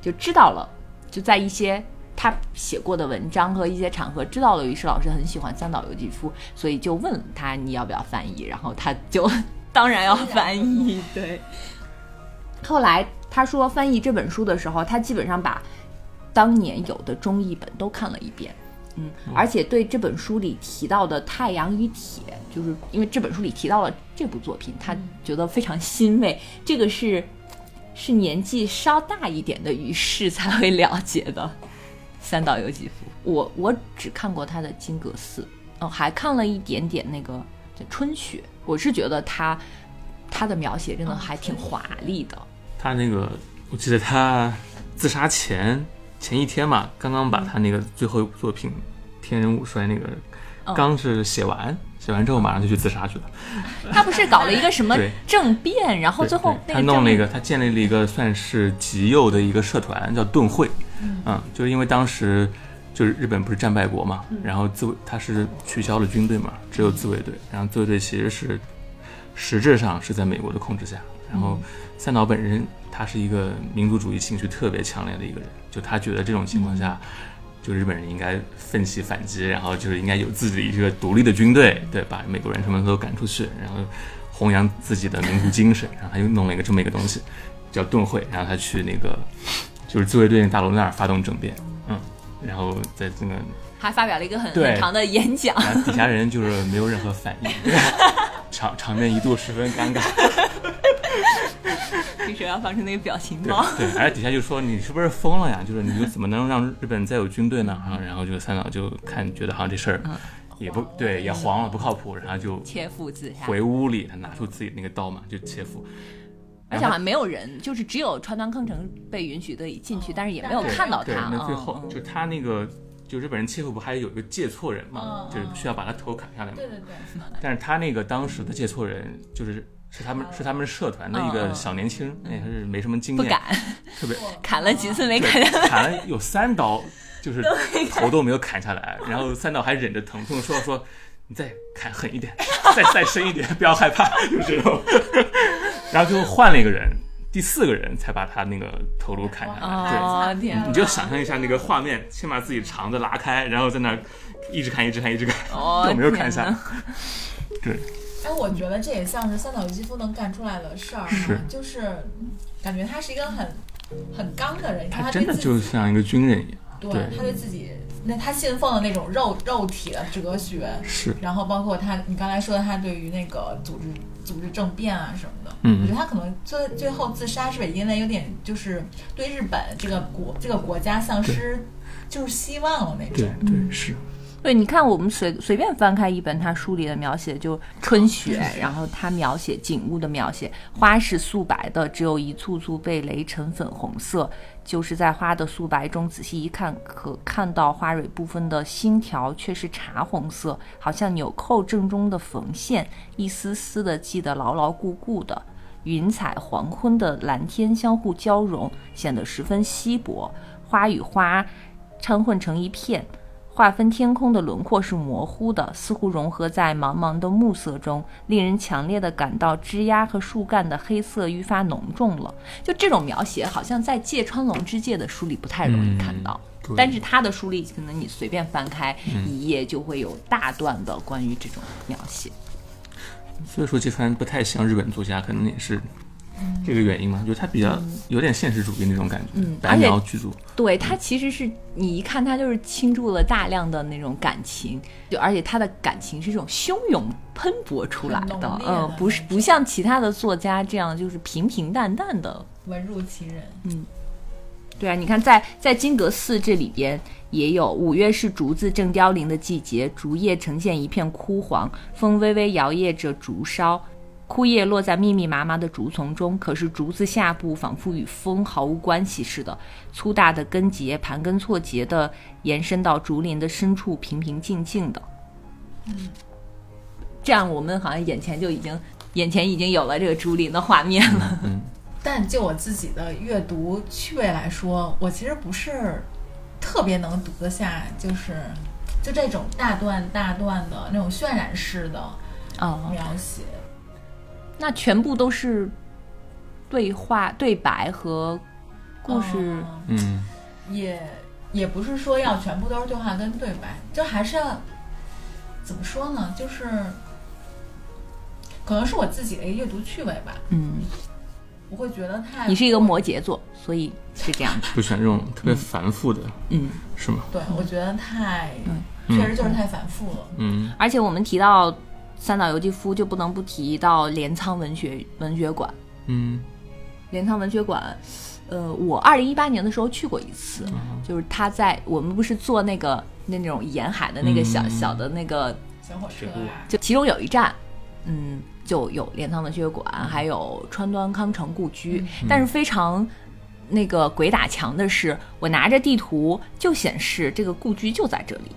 [SPEAKER 1] 就知道了，就在一些他写过的文章和一些场合知道了于适老师很喜欢三岛由纪夫，所以就问他你要不要翻译，然后他就当然要翻译。对，后来他说翻译这本书的时候，他基本上把当年有的中译本都看了一遍。嗯，而且对这本书里提到的《太阳与铁》，就是因为这本书里提到了这部作品，他觉得非常欣慰。这个是是年纪稍大一点的于适才会了解的三岛由纪夫。我我只看过他的《金阁寺》，哦，还看了一点点那个就《春雪》。我是觉得他他的描写真的还挺华丽的。
[SPEAKER 2] 他那个我记得他自杀前前一天嘛，刚刚把他那个最后一部作品《天人五衰》那
[SPEAKER 1] 嗯
[SPEAKER 2] 个刚是写完，写完之后马上就去自杀去了。
[SPEAKER 1] 他不是搞了一个什么
[SPEAKER 2] 对
[SPEAKER 1] 政变，然后
[SPEAKER 2] 对
[SPEAKER 1] 最后那
[SPEAKER 2] 对他
[SPEAKER 1] 个
[SPEAKER 2] 弄
[SPEAKER 1] 政
[SPEAKER 2] 了一
[SPEAKER 1] 变
[SPEAKER 2] 个，他建立了一个算是极右的一个社团，叫盾会。嗯，就是因为当时就是日本不是战败国
[SPEAKER 1] 嗯
[SPEAKER 2] 嘛，然后自卫他是取消了军队嘛，只有自卫队，然后自卫队其实是实质上是在美国的控制下。然
[SPEAKER 1] 嗯
[SPEAKER 2] 后三岛本人他是一个民族主义情绪特别强烈的一个人，就他觉得这种情况下。
[SPEAKER 1] 嗯
[SPEAKER 2] 就日本人应该奋起反击，然后就是应该有自己一个独立的军队，对，把美国人他们都赶出去，然后弘扬自己的民族精神，然后他又弄了一个这么一个东西，叫盾会，然后他去那个就是自卫队那大楼那儿发动政变，嗯，然后在这个，
[SPEAKER 1] 还发表了一个很
[SPEAKER 2] 对
[SPEAKER 1] 很长的演讲。
[SPEAKER 2] 然后底下人就是没有任何反应，场场面一度十分尴尬，
[SPEAKER 1] 平时要放出那个表情
[SPEAKER 2] 对
[SPEAKER 1] 包。
[SPEAKER 2] 对，而且底下就说你是不是疯了呀？就是你就怎么能让日本再有军队呢？啊，然后就三岛就看觉得好像这事儿也不对，也黄了，不靠谱，然后就
[SPEAKER 1] 切腹自杀，
[SPEAKER 2] 回屋里，他拿出自己那个刀嘛，就切腹。
[SPEAKER 1] 而且好像没有人，就是只有川端康成被允许得以进去，
[SPEAKER 3] 哦
[SPEAKER 1] 但是也没有
[SPEAKER 3] 对
[SPEAKER 1] 看到他
[SPEAKER 2] 对，
[SPEAKER 1] 啊。
[SPEAKER 2] 那最后
[SPEAKER 1] 嗯
[SPEAKER 2] 就他那个，就日本人切腹不还有一个借错人嘛，
[SPEAKER 3] 嗯
[SPEAKER 2] 就是需要把他头砍下来嘛。
[SPEAKER 3] 对对对，
[SPEAKER 2] 但是他那个当时的借错人就是是他们是他们社团的一
[SPEAKER 1] 嗯
[SPEAKER 2] 个
[SPEAKER 1] 嗯
[SPEAKER 2] 小年轻，那也是没什么经
[SPEAKER 1] 不
[SPEAKER 2] 验，
[SPEAKER 1] 敢
[SPEAKER 2] 特别
[SPEAKER 1] 砍了几次没砍
[SPEAKER 2] 对， 砍了有三刀，就是头都没有砍下来，然后三刀还忍着疼痛说说你再砍狠一点， 再再深一点， 不要害怕，就是 这种。然后最后换了一个人，第四个人才把他那个头颅砍下来。对，
[SPEAKER 1] 哦天
[SPEAKER 2] 你就想象一下那个画面，先把自己肠子拉开，然后在那儿一直看，一直看，一直看，
[SPEAKER 1] 哦
[SPEAKER 2] 都没有看下
[SPEAKER 1] 天
[SPEAKER 2] 来
[SPEAKER 1] 哪。
[SPEAKER 2] 对，
[SPEAKER 3] 哎，我觉得这也像是三岛由纪夫能干出来的事儿、啊，
[SPEAKER 2] 是
[SPEAKER 3] 就是感觉他是一个很很刚的人，你看
[SPEAKER 2] 他
[SPEAKER 3] 他
[SPEAKER 2] 真的
[SPEAKER 3] 对自己
[SPEAKER 2] 就像一个军人一样，
[SPEAKER 3] 对
[SPEAKER 2] 对
[SPEAKER 3] 他对自己那他信奉的那种肉肉体的哲学，
[SPEAKER 2] 是，
[SPEAKER 3] 然后包括他你刚才说的他对于那个组织组织政变啊什么的，我觉
[SPEAKER 2] 嗯
[SPEAKER 3] 得他可能最最后自杀是不是因为有点就是对日本这个国这个国家丧失就是希望了那
[SPEAKER 2] 对
[SPEAKER 3] 种，
[SPEAKER 2] 对是，
[SPEAKER 1] 对，你看我们随随便翻开一本他书里的描写，就春雪，然后他描写景物的描写，花是素白的，只有一簇簇被雷尘粉红色，就是在花的素白中仔细一看，可看到花蕊部分的心条却是茶红色，好像纽扣正中的缝线，一丝丝的系得牢牢固固的。云彩、黄昏的蓝天相互交融，显得十分稀薄。花与花掺混成一片，划分天空的轮廓是模糊的，似乎融合在茫茫的暮色中，令人强烈的感到枝桠和树干的黑色愈发浓重了。就这种描写，好像在芥川龙之介的书里不太容易看到。
[SPEAKER 2] 对
[SPEAKER 1] 但是他的书里，可能你随便翻开一页，就会有大段的关于这种描写。
[SPEAKER 2] 所以说芥川不太像日本作家，可能也是这个原因嘛，就是他比较有点现实主义那种感觉，
[SPEAKER 1] 嗯
[SPEAKER 2] 白描剧组，
[SPEAKER 1] 对他其实是你一看他就是倾注了大量的那种感情，就而且他的感情是这种汹涌喷薄出来
[SPEAKER 3] 很
[SPEAKER 1] 的
[SPEAKER 3] 浓烈，的
[SPEAKER 1] 嗯，不是不像其他的作家这样就是平平淡淡的。
[SPEAKER 3] 文入其人，
[SPEAKER 1] 对啊，你看在在金阁寺这里边也有，五月是竹子正凋零的季节，竹叶呈现一片枯黄，风微微摇曳着竹梢。枯叶落在密密麻麻的竹丛中，可是竹子下部仿佛与风毫无关系似的，粗大的根节盘根错节地延伸到竹林的深处，平平静静的。这样我们好像眼前就已经眼前已经有了这个竹林的画面了。
[SPEAKER 2] 嗯，
[SPEAKER 3] 但就我自己的阅读趣味来说，我其实不是特别能读得下，就是就这种大段大段的那种渲染式的
[SPEAKER 1] 哦
[SPEAKER 3] 描写。
[SPEAKER 1] 那全部都是对话、对白和故事。
[SPEAKER 3] 嗯
[SPEAKER 2] 嗯
[SPEAKER 3] 也也不是说要全部都是对话跟对白，就还是要怎么说呢？就是可能是我自己的一个阅读趣味吧，
[SPEAKER 1] 嗯，
[SPEAKER 3] 我会觉得太
[SPEAKER 1] 你是一个摩羯座，所以是这样的。
[SPEAKER 2] 不喜欢这种特别繁复的，
[SPEAKER 1] 嗯，
[SPEAKER 2] 是吗？
[SPEAKER 3] 对，我觉得太
[SPEAKER 2] 嗯
[SPEAKER 3] 确实就是太反复了。
[SPEAKER 2] 嗯，
[SPEAKER 1] 而且我们提到三岛由纪夫，就不能不提到镰仓文学文学馆。
[SPEAKER 2] 嗯，
[SPEAKER 1] 镰仓文学馆，呃，我二零一八年的时候去过一次，就是他在我们不是坐那个那种沿海的那个小、
[SPEAKER 2] 嗯
[SPEAKER 1] 小的那个
[SPEAKER 3] 小火车
[SPEAKER 2] 铁路
[SPEAKER 3] 啊，
[SPEAKER 1] 就其中有一站，嗯，就有镰仓文学馆，还有川端康成故居。但是非常那个鬼打墙的是，我拿着地图就显示这个故居就在这里，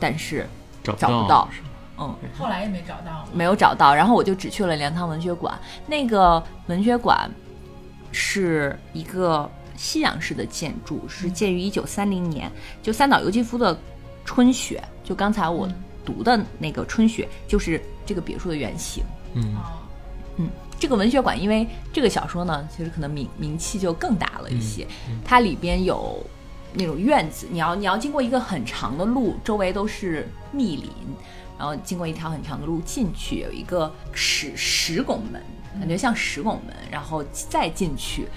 [SPEAKER 1] 但是
[SPEAKER 2] 找不
[SPEAKER 1] 找不
[SPEAKER 2] 到
[SPEAKER 1] 到
[SPEAKER 2] 是吗
[SPEAKER 1] 嗯
[SPEAKER 3] 后来也没找到。
[SPEAKER 1] 没有找到。然后我就只去了镰仓文学馆，那个文学馆是一个西洋式的建筑，是建于一九三零年，就三岛由纪夫的《春雪》，就刚才我读的那个《春雪》，就是这个别墅的原型。
[SPEAKER 2] 嗯
[SPEAKER 3] 啊，
[SPEAKER 1] 嗯，这个文学馆，因为这个小说呢，其实可能名名气就更大了一些。它里边有那种院子，你要你要经过一个很长的路，周围都是密林，然后经过一条很长的路进去，有一个石石拱门，感觉像石拱门，然后再进去，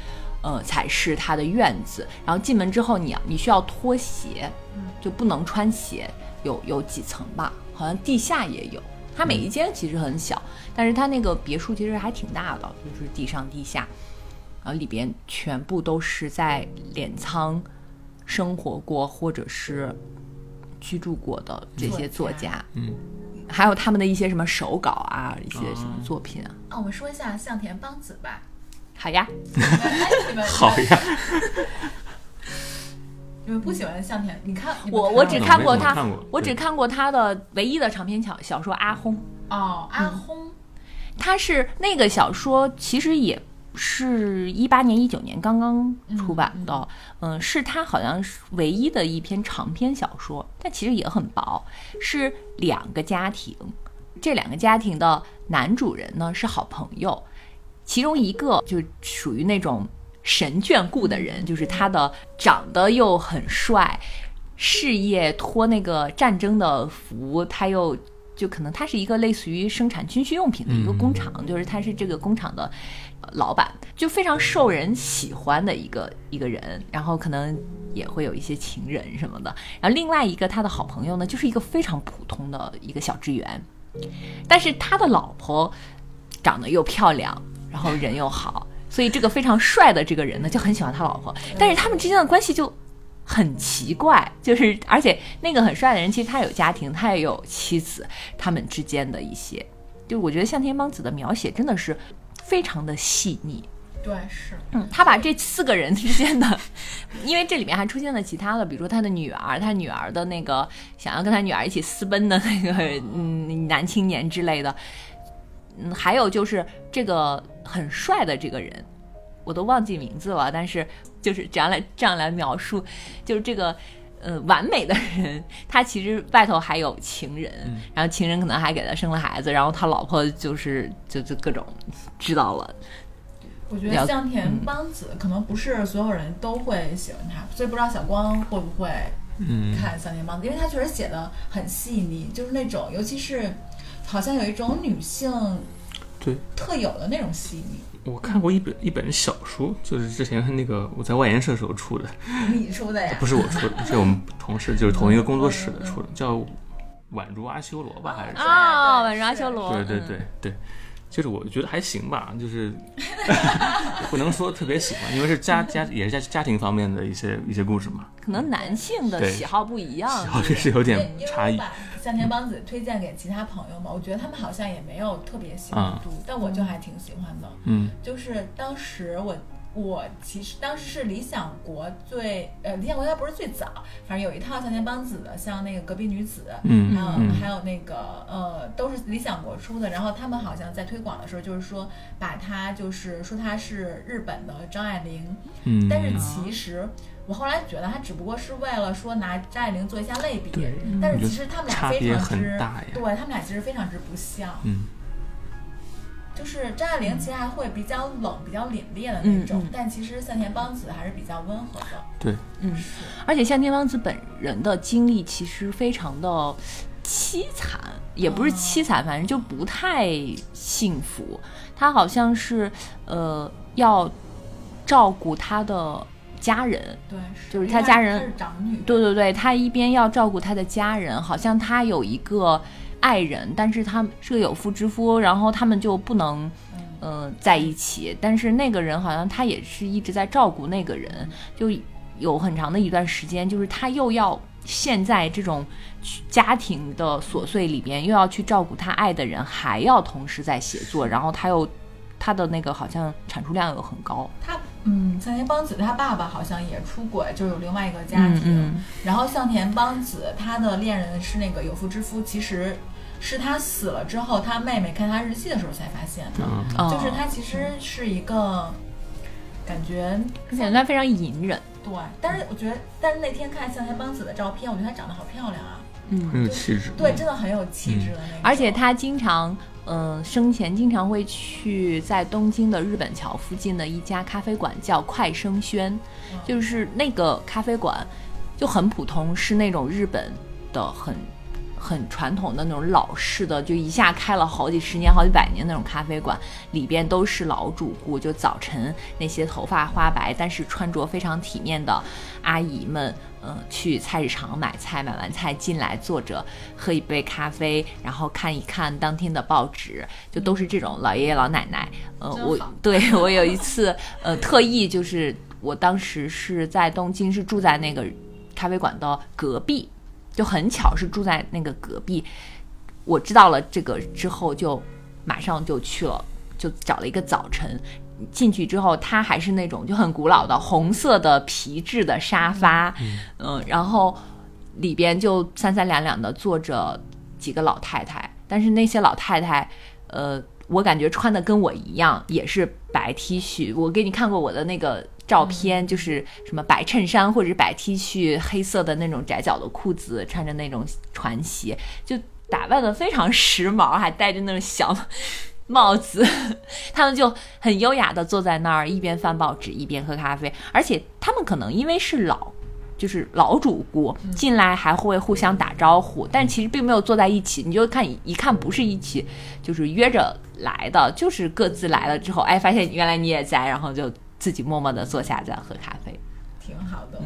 [SPEAKER 1] 呃，才是它的院子。然后进门之后你，要你需要脱鞋，就不能穿鞋，有有几层吧，好像地下也有。它每一间其实很小，但是它那个别墅其实还挺大的，就是地上地下，然后里边全部都是在镰仓生活过或者是居住过的这些作家，
[SPEAKER 2] 嗯，
[SPEAKER 1] 还有他们的一些什么手稿啊，一些什么
[SPEAKER 2] 哦
[SPEAKER 1] 作品啊，
[SPEAKER 3] 啊，我们说一下向田邦子 吧。
[SPEAKER 1] 好呀，
[SPEAKER 3] 哎你们
[SPEAKER 2] 好呀，
[SPEAKER 3] 你们不喜欢向田？你看你们
[SPEAKER 1] 我我只
[SPEAKER 2] 没
[SPEAKER 1] 看过
[SPEAKER 2] 怎么
[SPEAKER 1] 他，
[SPEAKER 2] 看过
[SPEAKER 1] 我只
[SPEAKER 2] 对
[SPEAKER 1] 看过他的唯一的长篇小小说《阿轰》，
[SPEAKER 3] 哦，阿
[SPEAKER 1] 嗯
[SPEAKER 3] 轰
[SPEAKER 1] 他是那个小说，其实也是一八年、一九年刚刚出版的，嗯、是他好像是唯一的一篇长篇小说，但其实也很薄，是两个家庭，这两个家庭的男主人呢是好朋友，其中一个就属于那种神眷顾的人，就是他的长得又很帅，事业托那个战争的福，他又就可能它是一个类似于生产军需用品的一个工厂，就是他是这个工厂的呃老板，就非常受人喜欢的一个一个人，然后可能也会有一些情人什么的。然后另外一个他的好朋友呢，就是一个非常普通的一个小职员，但是他的老婆长得又漂亮，然后人又好，所以这个非常帅的这个人呢就很喜欢他老婆，但是他们之间的关系就很奇怪，就是而且那个很帅的人其实他有家庭，他也有妻子，他们之间的一些，就我觉得向天邦子的描写真的是非常的细腻，
[SPEAKER 3] 对，是，
[SPEAKER 1] 嗯，他把这四个人之间的， 因为这里面还出现了其他的，比如说他的女儿，他女儿的那个想要跟他女儿一起私奔的那个嗯男青年之类的，嗯，还有就是这个很帅的这个人，我都忘记名字了，但是就是这样来这样来描述，就是这个。呃，完美的人，他其实外头还有情人，
[SPEAKER 2] 嗯
[SPEAKER 1] 然后情人可能还给他生了孩子，然后他老婆就是就就各种知道了，
[SPEAKER 3] 我觉得
[SPEAKER 1] 了
[SPEAKER 3] 向田
[SPEAKER 1] 嗯
[SPEAKER 3] 邦子可能不是所有人都会喜欢他，所以不知道小光会不会
[SPEAKER 2] 嗯，
[SPEAKER 3] 看向田邦子，因为他确实写的很细腻，就是那种，尤其是好像有一种女性
[SPEAKER 2] 对
[SPEAKER 3] 特有的那种细腻。
[SPEAKER 2] 我看过一本一本小说，就是之前那个我在外研社时候出的，
[SPEAKER 3] 你说的呀
[SPEAKER 2] 不？是我出的，是我们同事就是同一个工作室的出的，叫《宛如阿修罗》
[SPEAKER 3] 哦
[SPEAKER 2] 吧，还是什么？
[SPEAKER 1] 啊，
[SPEAKER 3] 对
[SPEAKER 1] 晚上
[SPEAKER 3] 是
[SPEAKER 1] 修罗，
[SPEAKER 2] 对对
[SPEAKER 1] 嗯
[SPEAKER 2] 对对，就是我觉得还行吧，就是 不能说特别喜欢，因为是家家也是家家庭方面的一些一些故事嘛，
[SPEAKER 1] 可能男性的
[SPEAKER 2] 对
[SPEAKER 1] 喜好不一样，
[SPEAKER 2] 喜
[SPEAKER 3] 哦
[SPEAKER 2] 好也是有点
[SPEAKER 3] 因为
[SPEAKER 2] 差
[SPEAKER 3] 我
[SPEAKER 2] 异。
[SPEAKER 3] 把向田邦子推荐给其他朋友嘛，我觉得他们好像也没有特别喜欢
[SPEAKER 2] 嗯
[SPEAKER 3] 读，但我就还挺喜欢的。
[SPEAKER 2] 嗯
[SPEAKER 3] 就是当时我我其实当时是理想国最呃理想国应该不是最早，反正有一套向田邦子的，像那个隔壁女子。
[SPEAKER 2] 嗯
[SPEAKER 3] 还有、
[SPEAKER 2] 嗯
[SPEAKER 3] 还有那个呃，都是理想国出的。然后他们好像在推广的时候，就是说把它就是说它是日本的张爱玲，
[SPEAKER 2] 嗯，
[SPEAKER 3] 但是其实我后来觉得他只不过是为了说拿张爱玲做一下类比
[SPEAKER 2] 对，
[SPEAKER 3] 但是其实他们俩
[SPEAKER 2] 差
[SPEAKER 3] 非
[SPEAKER 2] 别
[SPEAKER 3] 常
[SPEAKER 2] 很
[SPEAKER 3] 之
[SPEAKER 2] 大呀
[SPEAKER 3] 对他们俩其实非常之不像。
[SPEAKER 2] 嗯
[SPEAKER 3] 就是张爱玲其实还会比较冷、比较凛冽的那种，
[SPEAKER 1] 嗯嗯
[SPEAKER 3] 但其实向田邦子还是比较温和的。
[SPEAKER 2] 对，
[SPEAKER 1] 嗯
[SPEAKER 3] 是，
[SPEAKER 1] 而且向天王子本人的经历其实非常的凄惨，也不是凄惨，反正就不太幸福。他好像是呃要照顾他的家人，
[SPEAKER 3] 对，是
[SPEAKER 1] 就是
[SPEAKER 3] 因为
[SPEAKER 1] 他
[SPEAKER 3] 她
[SPEAKER 1] 家人
[SPEAKER 3] 她是长女，
[SPEAKER 1] 对对对，他一边要照顾他的家人，好像他有一个爱人，但是他们是个有妇之夫，然后他们就不能
[SPEAKER 3] 嗯，
[SPEAKER 1] 呃在一起，但是那个人好像他也是一直在照顾那个人，就有很长的一段时间，就是他又要陷在这种家庭的琐碎里边，又要去照顾他爱的人，还要同时在写作，然后他又他的那个好像产出量又很高，
[SPEAKER 3] 她嗯，向田邦子她爸爸好像也出轨，就是有另外一个家庭。
[SPEAKER 1] 嗯
[SPEAKER 3] 然后向田邦子她的恋人是那个有妇之夫，其实是她死了之后，她妹妹看她日记的时候才发现的，
[SPEAKER 2] 嗯
[SPEAKER 1] 嗯，
[SPEAKER 3] 就是
[SPEAKER 1] 他，
[SPEAKER 3] 她其实是一个感觉
[SPEAKER 1] 而且嗯他非常隐忍，
[SPEAKER 3] 对，但是我觉得，但是那天看向田邦子的照片，我觉得她长得好漂亮啊。
[SPEAKER 1] 嗯，
[SPEAKER 2] 很有气质。
[SPEAKER 3] 对，真的很有气质的那种。
[SPEAKER 1] 而且他经常。嗯，生前经常会去在东京的日本桥附近的一家咖啡馆，叫快生轩。
[SPEAKER 3] 嗯
[SPEAKER 1] 就是那个咖啡馆就很普通，是那种日本的很很传统的那种老式的，就一下开了好几十年、好几百年那种咖啡馆，里边都是老主顾，就早晨那些头发花白但是穿着非常体面的阿姨们。嗯，去菜市场买菜，买完菜进来坐着喝一杯咖啡，然后看一看当天的报纸，就都是这种老爷爷老奶奶。呃，
[SPEAKER 3] 真
[SPEAKER 1] 我
[SPEAKER 3] 好
[SPEAKER 1] 对我有一次呃特意就是我当时是在东京，是住在那个咖啡馆的隔壁，就很巧是住在那个隔壁。我知道了这个之后，就马上就去了，就找了一个早晨。进去之后，它还是那种就很古老的红色的皮质的沙发，嗯，然后里边就三三两两的坐着几个老太太，但是那些老太太，呃，我感觉穿的跟我一样，也是白 T 恤。我给你看过我的那个照片，就是什么白衬衫或者是白 T 恤，黑色的那种窄脚的裤子，穿着那种船鞋，就打扮的非常时髦，还戴着那种小。帽子，他们就很优雅的坐在那儿，一边翻报纸一边喝咖啡，而且他们可能因为是老就是老主顾进来还会互相打招呼，但其实并没有坐在一起，你就看一看不是一起，就是约着来的，就是各自来了之后，哎，发现原来你也在，然后就自己默默的坐下在喝咖啡。
[SPEAKER 3] 挺好的。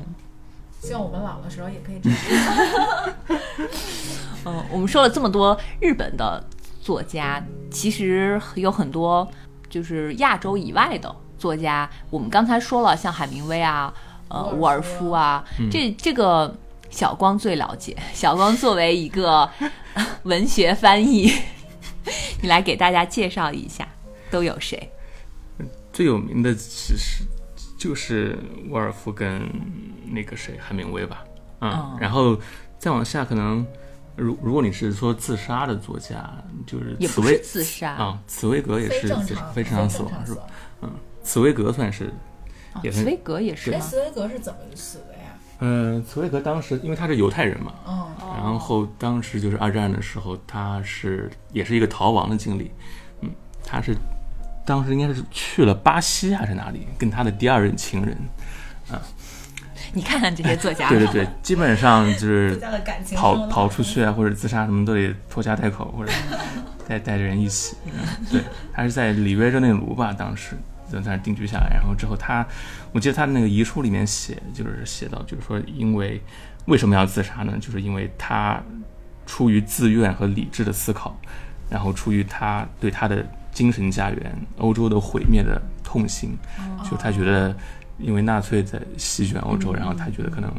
[SPEAKER 3] 希望我们老的时候也可以这样。
[SPEAKER 1] 嗯，我们说了这么多日本的作家，其实有很多就是亚洲以外的作家。我们刚才说了，像海明威啊，呃，
[SPEAKER 3] 伍
[SPEAKER 1] 伍
[SPEAKER 3] 尔
[SPEAKER 1] 尔
[SPEAKER 3] 夫
[SPEAKER 1] 夫啊，这这个小光最了解。小光作为一个文学翻译， 你来给大家介绍一下都有谁？
[SPEAKER 2] 最有名的其实就是沃尔夫跟那个谁海明威吧，嗯
[SPEAKER 1] 哦，
[SPEAKER 2] 然后再往下可能，如如果你是说自杀的作家，就是
[SPEAKER 1] 也
[SPEAKER 2] 茨
[SPEAKER 1] 不是
[SPEAKER 2] 威
[SPEAKER 1] 自杀，
[SPEAKER 2] 啊，茨威格也
[SPEAKER 3] 非
[SPEAKER 2] 是
[SPEAKER 3] 正
[SPEAKER 2] 自杀
[SPEAKER 3] 常，哎
[SPEAKER 2] 非正常死亡是吧？？茨威格算是，也
[SPEAKER 1] 哦茨
[SPEAKER 2] 算
[SPEAKER 1] 威格也是
[SPEAKER 3] 哎，
[SPEAKER 1] 吗？
[SPEAKER 3] 茨威格是怎么死的呀？
[SPEAKER 2] 嗯，茨威格当时因为他是犹太人嘛，
[SPEAKER 3] 嗯，
[SPEAKER 1] 哦
[SPEAKER 2] 然后当时就是二战的时候，他是也是一个逃亡的经历，嗯，他是当时应该是去了巴西还是哪里，跟他的第二任情人，
[SPEAKER 1] 你看看这些作家，
[SPEAKER 2] 对对对，基本上就
[SPEAKER 3] 大
[SPEAKER 2] 是
[SPEAKER 3] 家的感情
[SPEAKER 2] 跑
[SPEAKER 3] 生了
[SPEAKER 2] 跑出去啊，或者自杀什么都得拖家带口，或者带带着人一起。嗯对，他是在里约热内卢吧，当时就在那儿定居下来。然后之后他，我记得他的那个遗书里面写，就是写到，就是说因为为什么要自杀呢？就是因为他出于自愿和理智的思考，然后出于他对他的精神家园欧洲的毁灭的痛心，就他觉得因为纳粹在席卷欧洲，然后他觉得可能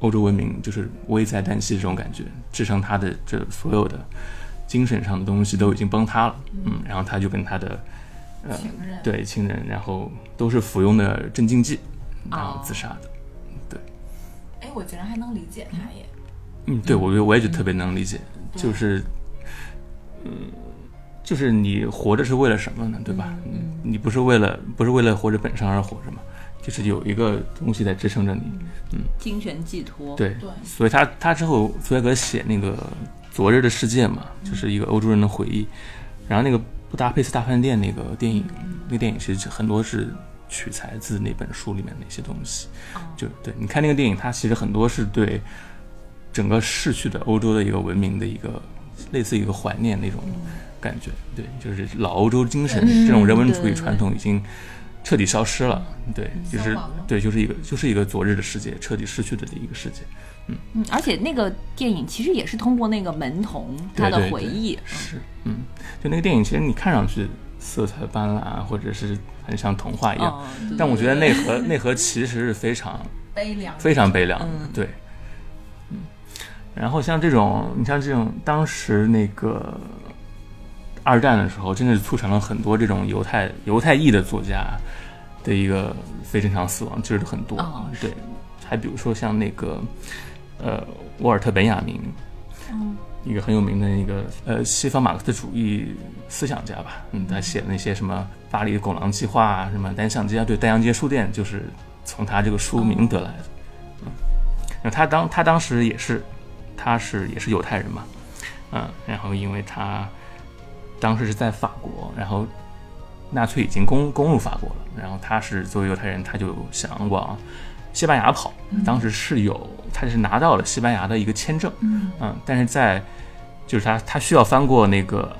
[SPEAKER 2] 欧洲文明就是危在旦夕这种感觉，支撑他的这所有的精神上的东西都已经崩塌了，嗯，然后他就跟他的呃
[SPEAKER 3] 情人，
[SPEAKER 2] 对亲人，然后都是服用的镇静剂，然后
[SPEAKER 1] 哦
[SPEAKER 2] 自杀的。
[SPEAKER 3] 哎，我竟然还能理解他耶。
[SPEAKER 2] 嗯，对，我觉得我也就特别能理解，就是，嗯，呃就是你活着是为了什么呢？对吧？嗯，你不是为了不是为了活着本身而活着嘛，就是有一个东西在支撑着你。
[SPEAKER 1] 精神寄托，
[SPEAKER 2] 对，
[SPEAKER 3] 对
[SPEAKER 2] 所以他他之后茨威格写那个《昨日的世界》嘛，
[SPEAKER 1] 嗯
[SPEAKER 2] 就是一个欧洲人的回忆，然后那个布达佩斯大饭店那个电影，
[SPEAKER 1] 嗯
[SPEAKER 2] 那个电影其实很多是取材自那本书里面的一些东西，
[SPEAKER 1] 哦
[SPEAKER 2] 就对，你看那个电影，它其实很多是对整个逝去的欧洲的一个文明的一个类似一个怀念那种感觉，对，就是老欧洲精神、
[SPEAKER 1] 嗯
[SPEAKER 2] 这种人文
[SPEAKER 1] 对
[SPEAKER 2] 主义传统已经彻底消失了，对，就是
[SPEAKER 3] 消亡了
[SPEAKER 2] 对，就是一个就是一个昨日的世界，彻底失去的一个世界。
[SPEAKER 1] 嗯，而且那个电影其实也是通过那个门童他
[SPEAKER 2] 对
[SPEAKER 1] 的
[SPEAKER 2] 对
[SPEAKER 1] 回
[SPEAKER 2] 对
[SPEAKER 1] 忆，
[SPEAKER 2] 是，嗯，就那个电影，其实你看上去色彩斑斓，啊或者是很像童话一样，
[SPEAKER 1] 嗯，对
[SPEAKER 2] 哎但我觉得内核内核其实是非常
[SPEAKER 3] 悲凉，
[SPEAKER 2] 非常悲凉的，
[SPEAKER 1] 嗯
[SPEAKER 2] 对，嗯。然后像这种，你像这种当时那个二战的时候，真的是促成了很多这种犹太犹太裔的作家的一个非正常死亡，就是很多，啊
[SPEAKER 1] 哦
[SPEAKER 2] 对。还比如说像那个呃沃尔特本雅明，一个很有名的一个呃西方马克思主义思想家吧，嗯，他写的那些什么巴黎拱廊计划啊，什么单向街啊，对，单向街书店就是从他这个书名得来的。嗯，那他当他当时也是，他是也是犹太人嘛，嗯，然后因为他当时是在法国，然后纳粹已经攻攻入法国了，然后他是作为犹太人，他就想往西班牙跑，当时是有他是拿到了西班牙的一个签证，
[SPEAKER 3] 嗯
[SPEAKER 2] 但是在就是他他需要翻过那个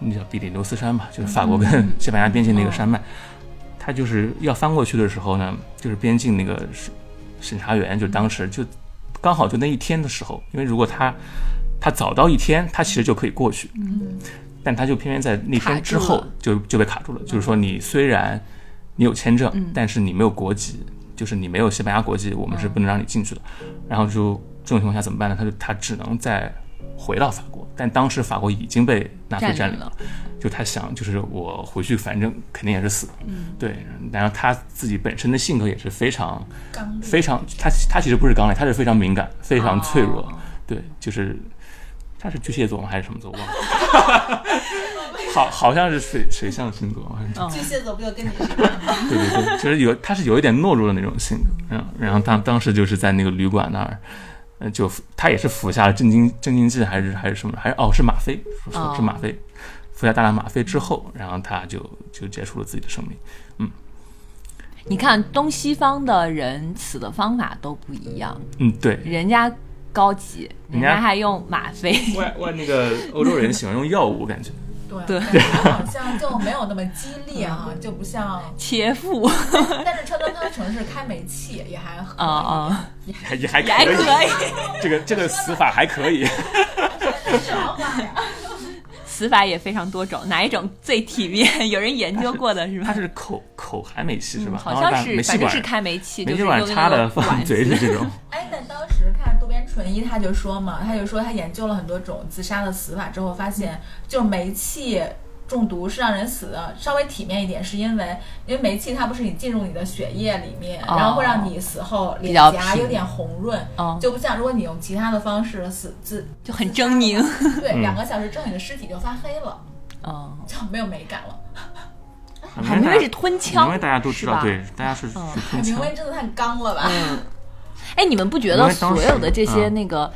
[SPEAKER 2] 那叫比利牛斯山吧，就是法国跟西班牙边境那个山脉，他就是要翻过去的时候呢，就是边境那个审审查员就当时就刚好就那一天的时候，因为如果他他早到一天，他其实就可以过去，
[SPEAKER 3] 嗯
[SPEAKER 2] 但他就偏偏在那
[SPEAKER 1] 卡
[SPEAKER 2] 天之
[SPEAKER 1] 住
[SPEAKER 2] 后
[SPEAKER 1] 了
[SPEAKER 2] 就就被卡住了。就是说，你虽然你有签证，
[SPEAKER 1] 嗯
[SPEAKER 2] 但是你没有国籍，就是你没有西班牙国籍，我们是不能让你进去的。然后就这种情况下怎么办呢？他就他只能再回到法国，但当时法国已经被纳粹占
[SPEAKER 1] 占领
[SPEAKER 2] 领
[SPEAKER 1] 了，
[SPEAKER 2] 就他想，就是我回去反正肯定也是死，
[SPEAKER 1] 嗯
[SPEAKER 2] 对。然后他自己本身的性格也是非常
[SPEAKER 3] 刚
[SPEAKER 2] 非常，他他其实不是刚烈，他是非常敏感，非常脆弱，
[SPEAKER 1] 哦
[SPEAKER 2] 对，就是他是巨蟹座吗？还是什么座？忘 了，好，好像是水水象星座，好像是
[SPEAKER 1] 嗯
[SPEAKER 3] 巨蟹座不就跟你是一样吗？
[SPEAKER 2] 对对对，就是有他是有一点懦弱的那种性格，嗯，然后他当时就是在那个旅馆那儿，呃，就他也是服下了镇静镇静剂还是还是什么，还是哦是吗啡，说说是吗啡，服下大量吗啡之后，然后他就就结束了自己的生命，
[SPEAKER 1] 你看东西方的人死的方法都不一样，
[SPEAKER 2] 嗯，对，
[SPEAKER 1] 人家高级，人
[SPEAKER 2] 人家
[SPEAKER 1] 家还用吗啡。
[SPEAKER 2] 外外那个欧洲人喜欢用药物，感觉
[SPEAKER 3] 对，
[SPEAKER 1] 对嗯
[SPEAKER 3] 感觉好像就没有那么激烈啊，就不像。
[SPEAKER 1] 切腹
[SPEAKER 3] 但是川东汤城市开煤气也还
[SPEAKER 1] 啊
[SPEAKER 3] 好，
[SPEAKER 1] 啊，
[SPEAKER 2] 还也还
[SPEAKER 1] 也还
[SPEAKER 2] 可以，
[SPEAKER 1] 可以，
[SPEAKER 2] 这个这个死法还可以。
[SPEAKER 3] 什么话呀？
[SPEAKER 1] 死法也非常多种，哪一种最体面？ 有人研究过的是
[SPEAKER 2] 它
[SPEAKER 1] 吗？
[SPEAKER 2] 是口口含煤气是吧？
[SPEAKER 1] 嗯好
[SPEAKER 2] 然
[SPEAKER 1] 像
[SPEAKER 2] 后把
[SPEAKER 1] 是，
[SPEAKER 2] 煤
[SPEAKER 1] 反
[SPEAKER 2] 气
[SPEAKER 1] 正
[SPEAKER 2] 管
[SPEAKER 1] 是开煤气，就是
[SPEAKER 2] 煤气
[SPEAKER 1] 用
[SPEAKER 2] 管
[SPEAKER 1] 那
[SPEAKER 2] 插
[SPEAKER 1] 个
[SPEAKER 2] 的
[SPEAKER 1] 管
[SPEAKER 2] 放
[SPEAKER 1] 子
[SPEAKER 2] 嘴里这 种，
[SPEAKER 3] 哎，但当时看渡边淳一，他就说嘛，他就说他研究了很多种自杀的死法之后，发现就煤气中毒是让人死的稍微体面一点，是因为因为煤气它不是你进入你的血液里面，
[SPEAKER 1] 哦
[SPEAKER 3] 然后会让你死后
[SPEAKER 1] 比
[SPEAKER 3] 脸
[SPEAKER 1] 较
[SPEAKER 3] 颊
[SPEAKER 1] 平
[SPEAKER 3] 有点红润，
[SPEAKER 1] 哦，
[SPEAKER 3] 就不像如果你用其他的方式死自
[SPEAKER 1] 就很狰狞，
[SPEAKER 3] 对、
[SPEAKER 2] 嗯
[SPEAKER 3] 两个小时之后你的尸体就发黑了，
[SPEAKER 1] 哦，
[SPEAKER 3] 就没有美感了。
[SPEAKER 1] 海明威是吞
[SPEAKER 2] 因
[SPEAKER 1] 枪
[SPEAKER 2] 为，大家都知
[SPEAKER 1] 是
[SPEAKER 2] 道
[SPEAKER 1] 吧，
[SPEAKER 2] 对，大家是是
[SPEAKER 1] 嗯
[SPEAKER 2] 吞
[SPEAKER 3] 海明
[SPEAKER 2] 枪。
[SPEAKER 3] 威真的太刚了吧？
[SPEAKER 1] 嗯，哎，你们不觉得
[SPEAKER 2] 我也当
[SPEAKER 1] 所
[SPEAKER 2] 时
[SPEAKER 1] 有的这些
[SPEAKER 2] 嗯
[SPEAKER 1] 那个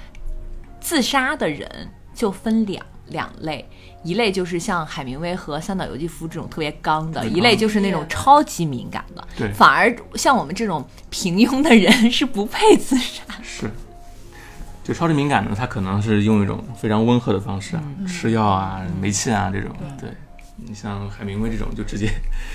[SPEAKER 1] 自杀的人就分两两类？一类就是像海明威和三岛由纪夫这种特别刚的，
[SPEAKER 2] 特别
[SPEAKER 1] 一
[SPEAKER 2] 刚
[SPEAKER 1] 类就是那种超级敏感的。
[SPEAKER 2] 对
[SPEAKER 1] 反而像我们这种平庸的人 是不配自杀。
[SPEAKER 2] 是，就超级敏感的，他可能是用一种非常温和的方式啊，
[SPEAKER 1] 嗯
[SPEAKER 2] 吃药啊、煤气啊这种。对，你像海明威这种，就直接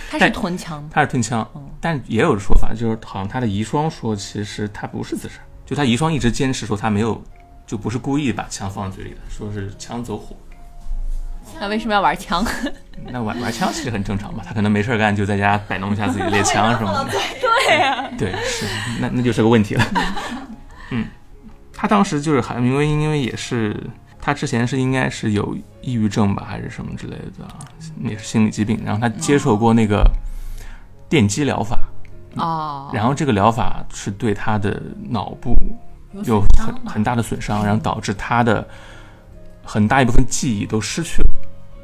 [SPEAKER 1] 他是
[SPEAKER 2] 但
[SPEAKER 1] 吞枪的，
[SPEAKER 2] 他是吞枪，
[SPEAKER 1] 嗯
[SPEAKER 2] 但也有说法，就是好像他的遗孀说，其实他不是自杀，就他遗孀一直坚持说他没有，就不是故意把枪放嘴里的，说是枪走火。
[SPEAKER 1] 那为什么要玩枪？
[SPEAKER 2] 那玩玩枪其实很正常嘛，他可能没事儿干就在家摆弄一下自己的猎枪什么的。
[SPEAKER 1] 对呀、
[SPEAKER 2] 对，是，那那就是个问题了。 嗯，他当时就是海明威，因为也是他之前是应该是有抑郁症吧，还是什么之类的啊，也是心理疾病。然后他接受过那个电击疗法，
[SPEAKER 1] 哦，
[SPEAKER 2] 然后这个疗法是对他的脑部有
[SPEAKER 3] 损
[SPEAKER 2] 很
[SPEAKER 3] 伤嗯吧
[SPEAKER 2] 很大的损伤，然后导致他的很大一部分记忆都失去了。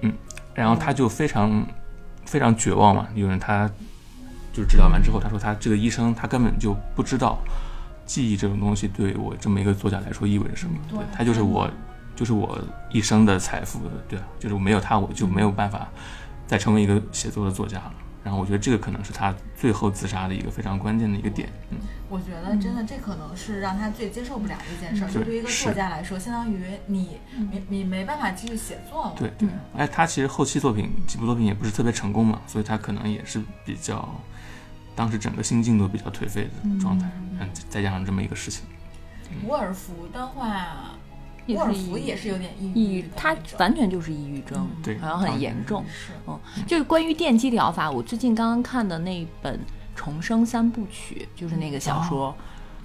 [SPEAKER 2] 嗯，然后他
[SPEAKER 3] 哦
[SPEAKER 2] 就非常非常绝望嘛，因为他就是治疗完之后，他说他这个医生他根本就不知道记忆这种东西对我这么一个作家来说意味着什么，
[SPEAKER 3] 对
[SPEAKER 2] 他就是我就是我一生的财富，对啊，就是没有他我就没
[SPEAKER 3] 嗯
[SPEAKER 2] 有办法再成为一个写作的作家了。然后我觉得这个可能是他最后自杀的一个非常关键的一个点，嗯，
[SPEAKER 3] 我觉得真
[SPEAKER 1] 嗯
[SPEAKER 3] 的这可能是让他最接受不了的一件事儿，
[SPEAKER 2] 嗯
[SPEAKER 3] 就对于一个
[SPEAKER 2] 是
[SPEAKER 3] 作家来说，相当于你
[SPEAKER 1] 嗯
[SPEAKER 3] 你你没办法继续写作了。
[SPEAKER 2] 对对，哎，他其实后期作品几部作品也不是特别成功嘛，所以他可能也是比较当时整个心境都比较颓废的状态，嗯，再加上这么一个事情，
[SPEAKER 3] 沃尔夫的话，
[SPEAKER 1] 也
[SPEAKER 3] 沃
[SPEAKER 1] 是
[SPEAKER 3] 尔夫
[SPEAKER 1] 抑
[SPEAKER 3] 也是有点抑
[SPEAKER 1] 抑郁
[SPEAKER 3] 的，
[SPEAKER 1] 他
[SPEAKER 3] 那种
[SPEAKER 1] 完全就是抑郁症，
[SPEAKER 2] 嗯对
[SPEAKER 1] 好像很严重。
[SPEAKER 3] 是
[SPEAKER 1] 嗯，就是关于电击疗法，我最近刚刚看的那本《重生三部曲》，就是那个小
[SPEAKER 2] 哦
[SPEAKER 1] 说，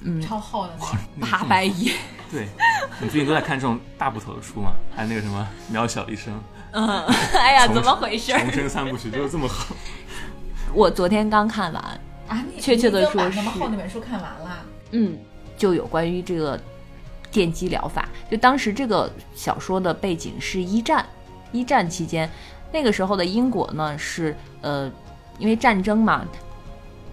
[SPEAKER 1] 嗯，
[SPEAKER 3] 超厚的那种。
[SPEAKER 1] 八百页，
[SPEAKER 2] 对，你最近都在看这种大部头的书嘛？还有那个什么《渺小一生
[SPEAKER 1] 嗯， 哎呀，
[SPEAKER 2] 重
[SPEAKER 1] 怎么回事》
[SPEAKER 2] 《
[SPEAKER 1] 儿？
[SPEAKER 2] 重生三部曲》就是这么 好。
[SPEAKER 1] 我昨天刚看完，
[SPEAKER 3] 啊，你
[SPEAKER 1] 确切地
[SPEAKER 3] 你已经
[SPEAKER 1] 说
[SPEAKER 3] 把那么
[SPEAKER 1] 是
[SPEAKER 3] 厚那本书看完了，
[SPEAKER 1] 嗯，就有关于这个电击疗法，就当时这个小说的背景是一战，一战期间，那个时候的英国呢是呃，因为战争嘛，